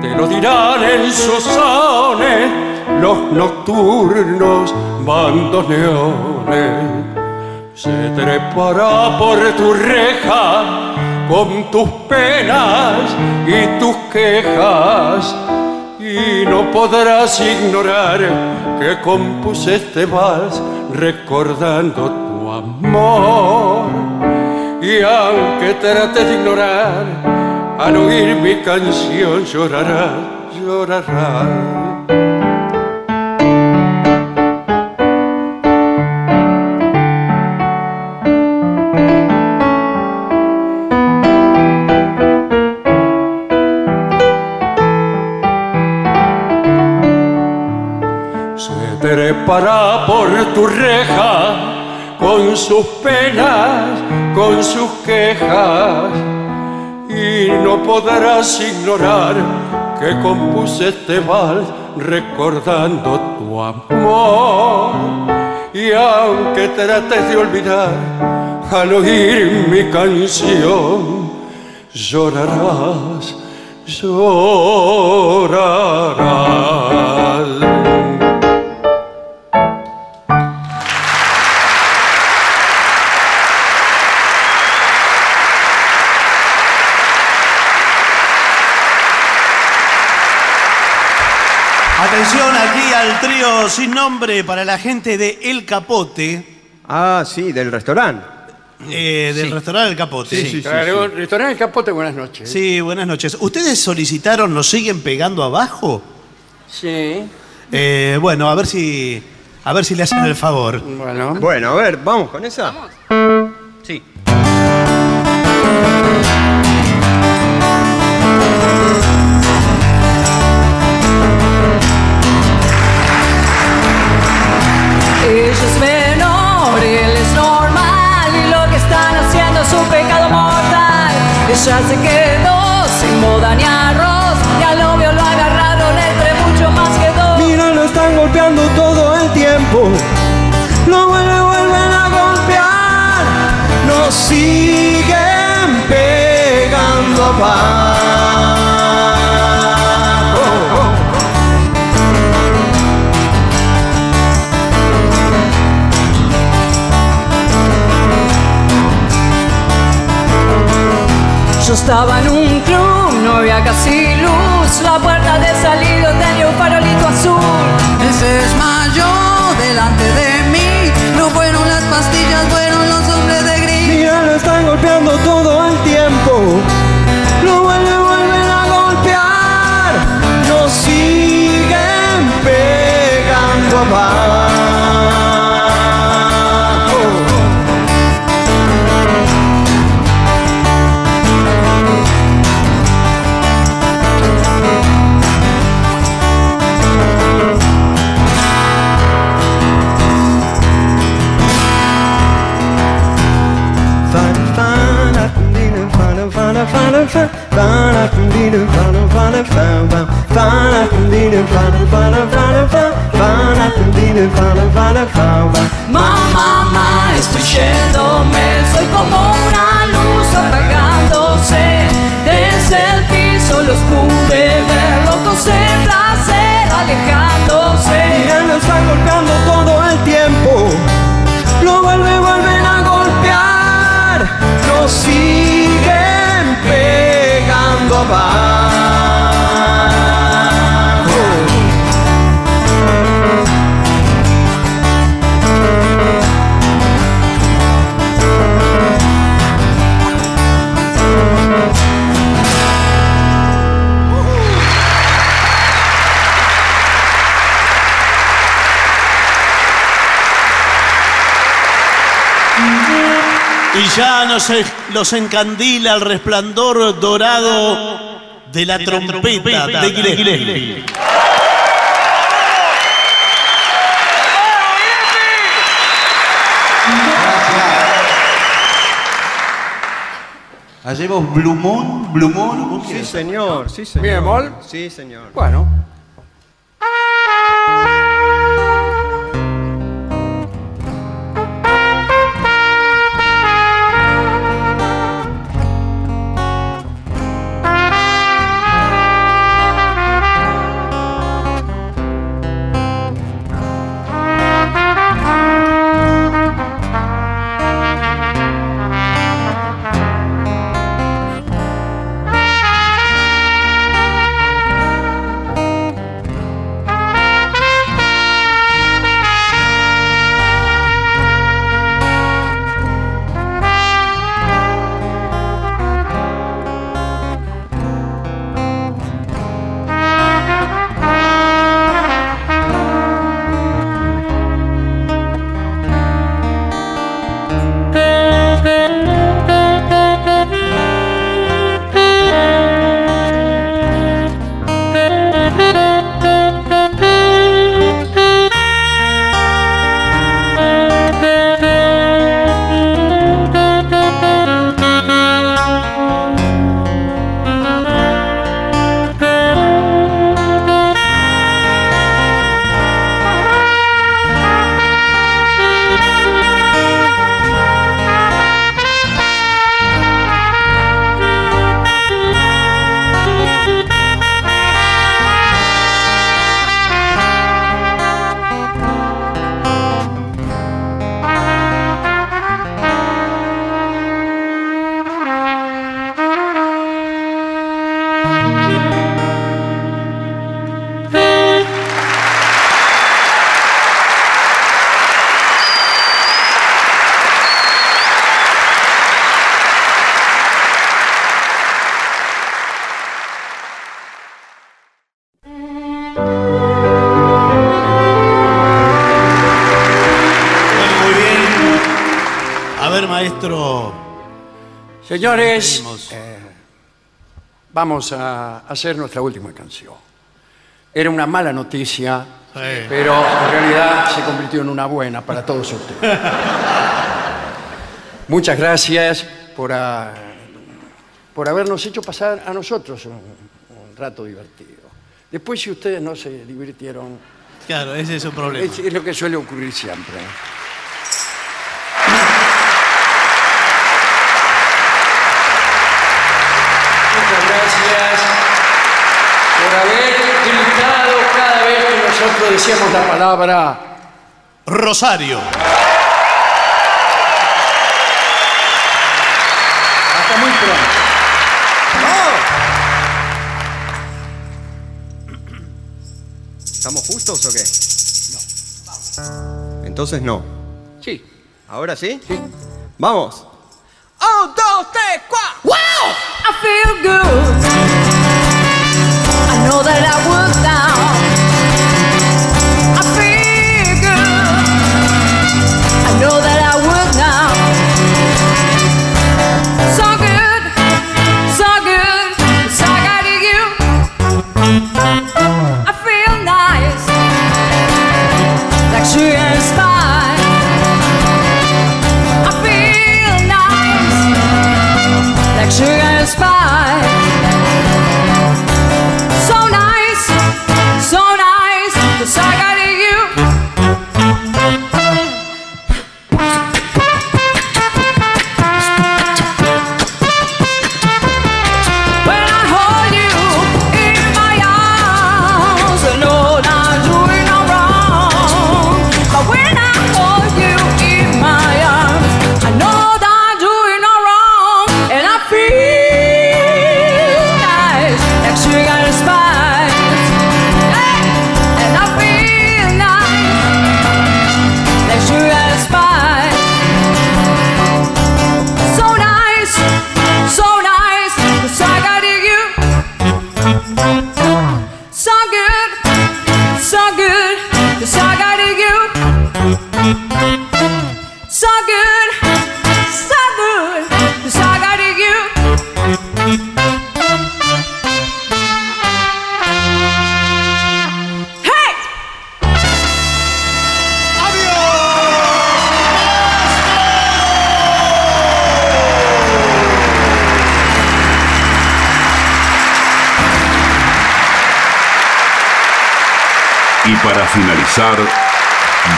Te lo dirán en sus sones los nocturnos bandoneones. Se trepará por tu reja con tus penas y tus quejas y no podrás ignorar que compuse este vals recordando tu amor. Y aunque trates de ignorar, al oír mi canción llorarás, llorarás. trepará por tu reja con sus penas, con sus quejas, y no podrás ignorar que compuse este vals recordando tu amor. Y aunque trates de olvidar, al oír mi canción, llorarás, llorarás.
Atención aquí al trío sin nombre para la gente de El Capote,
Ah, sí, del restaurante.
eh, del restaurante El Capote.
Claro, Restaurante El Capote, buenas noches.
Sí, buenas noches. ¿Ustedes solicitaron, nos siguen pegando abajo?
Sí.
Eh, bueno, a ver si. A ver si le hacen el favor.
Bueno.
Bueno, a ver, vamos con esa.
Sí.
Ella es menor, él es normal y lo que están haciendo es un pecado mortal. Ella se quedó sin moda ni arroz y al novio lo agarraron entre mucho más que dos.
Mira, lo están golpeando todo el tiempo. Lo vuelven, vuelven a golpear. Nos siguen pegando abajo.
Yo estaba en un club, no había casi luz. La puerta de salida tenía un farolito azul.
Él se desmayó delante de mí. No fueron las pastillas, fueron los hombres de gris.
Mira, lo están golpeando todo el tiempo. Lo vuelven, vuelven a golpear. Nos siguen pegando abajo. Fana, fana, fundina, fana, fana, fana, fa- fana, fundina, fana, fana, fa- fa- fana, fundina, fana, fana, fana, fa- fana, fundina, fana, fana, fa- fa-
Mamá, mamá, estoy yéndome, soy como una luz apagándose. Desde el piso los pude ver, locos de placer eh, alejándose.
Mira, lo están golpeando todo el tiempo. Lo vuelven, vuelven a golpear. Nos siguen pegando
Y ya nos, los encandila el resplandor dorado de la, trompeta,
trompeta
de
de
Gillespie.
Gillespie.
¿Ayer vos Blumón? ¿Blumón?
Sí, señor, sí, señor.
Bien, Mol.
Sí, señor.
Bueno.
A ver, maestro.
Señores, eh, vamos a hacer nuestra última canción. Era una mala noticia, pero en realidad se convirtió en una buena para todos ustedes. Muchas gracias por, ah, por habernos hecho pasar a nosotros un, un rato divertido. Después, si ustedes no se divirtieron,
Claro, ese es un problema.
es- es lo que suele ocurrir siempre. ¿eh? Muchas gracias por haber gritado cada vez que nosotros decíamos la palabra
Rosario.
Hasta muy pronto.
¿Estamos justos o qué? No. Entonces no.
Sí.
¿Ahora sí? Sí. Vamos.
Un, dos, tres, cuatro. Wow! I feel good. I know that I was down. I feel good. I know that I was down. So good, so good. So I got you. I feel nice. Like she is mine. I feel nice. Like sugar and spice.
Y para finalizar,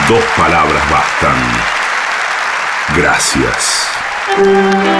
dos palabras bastan. Gracias.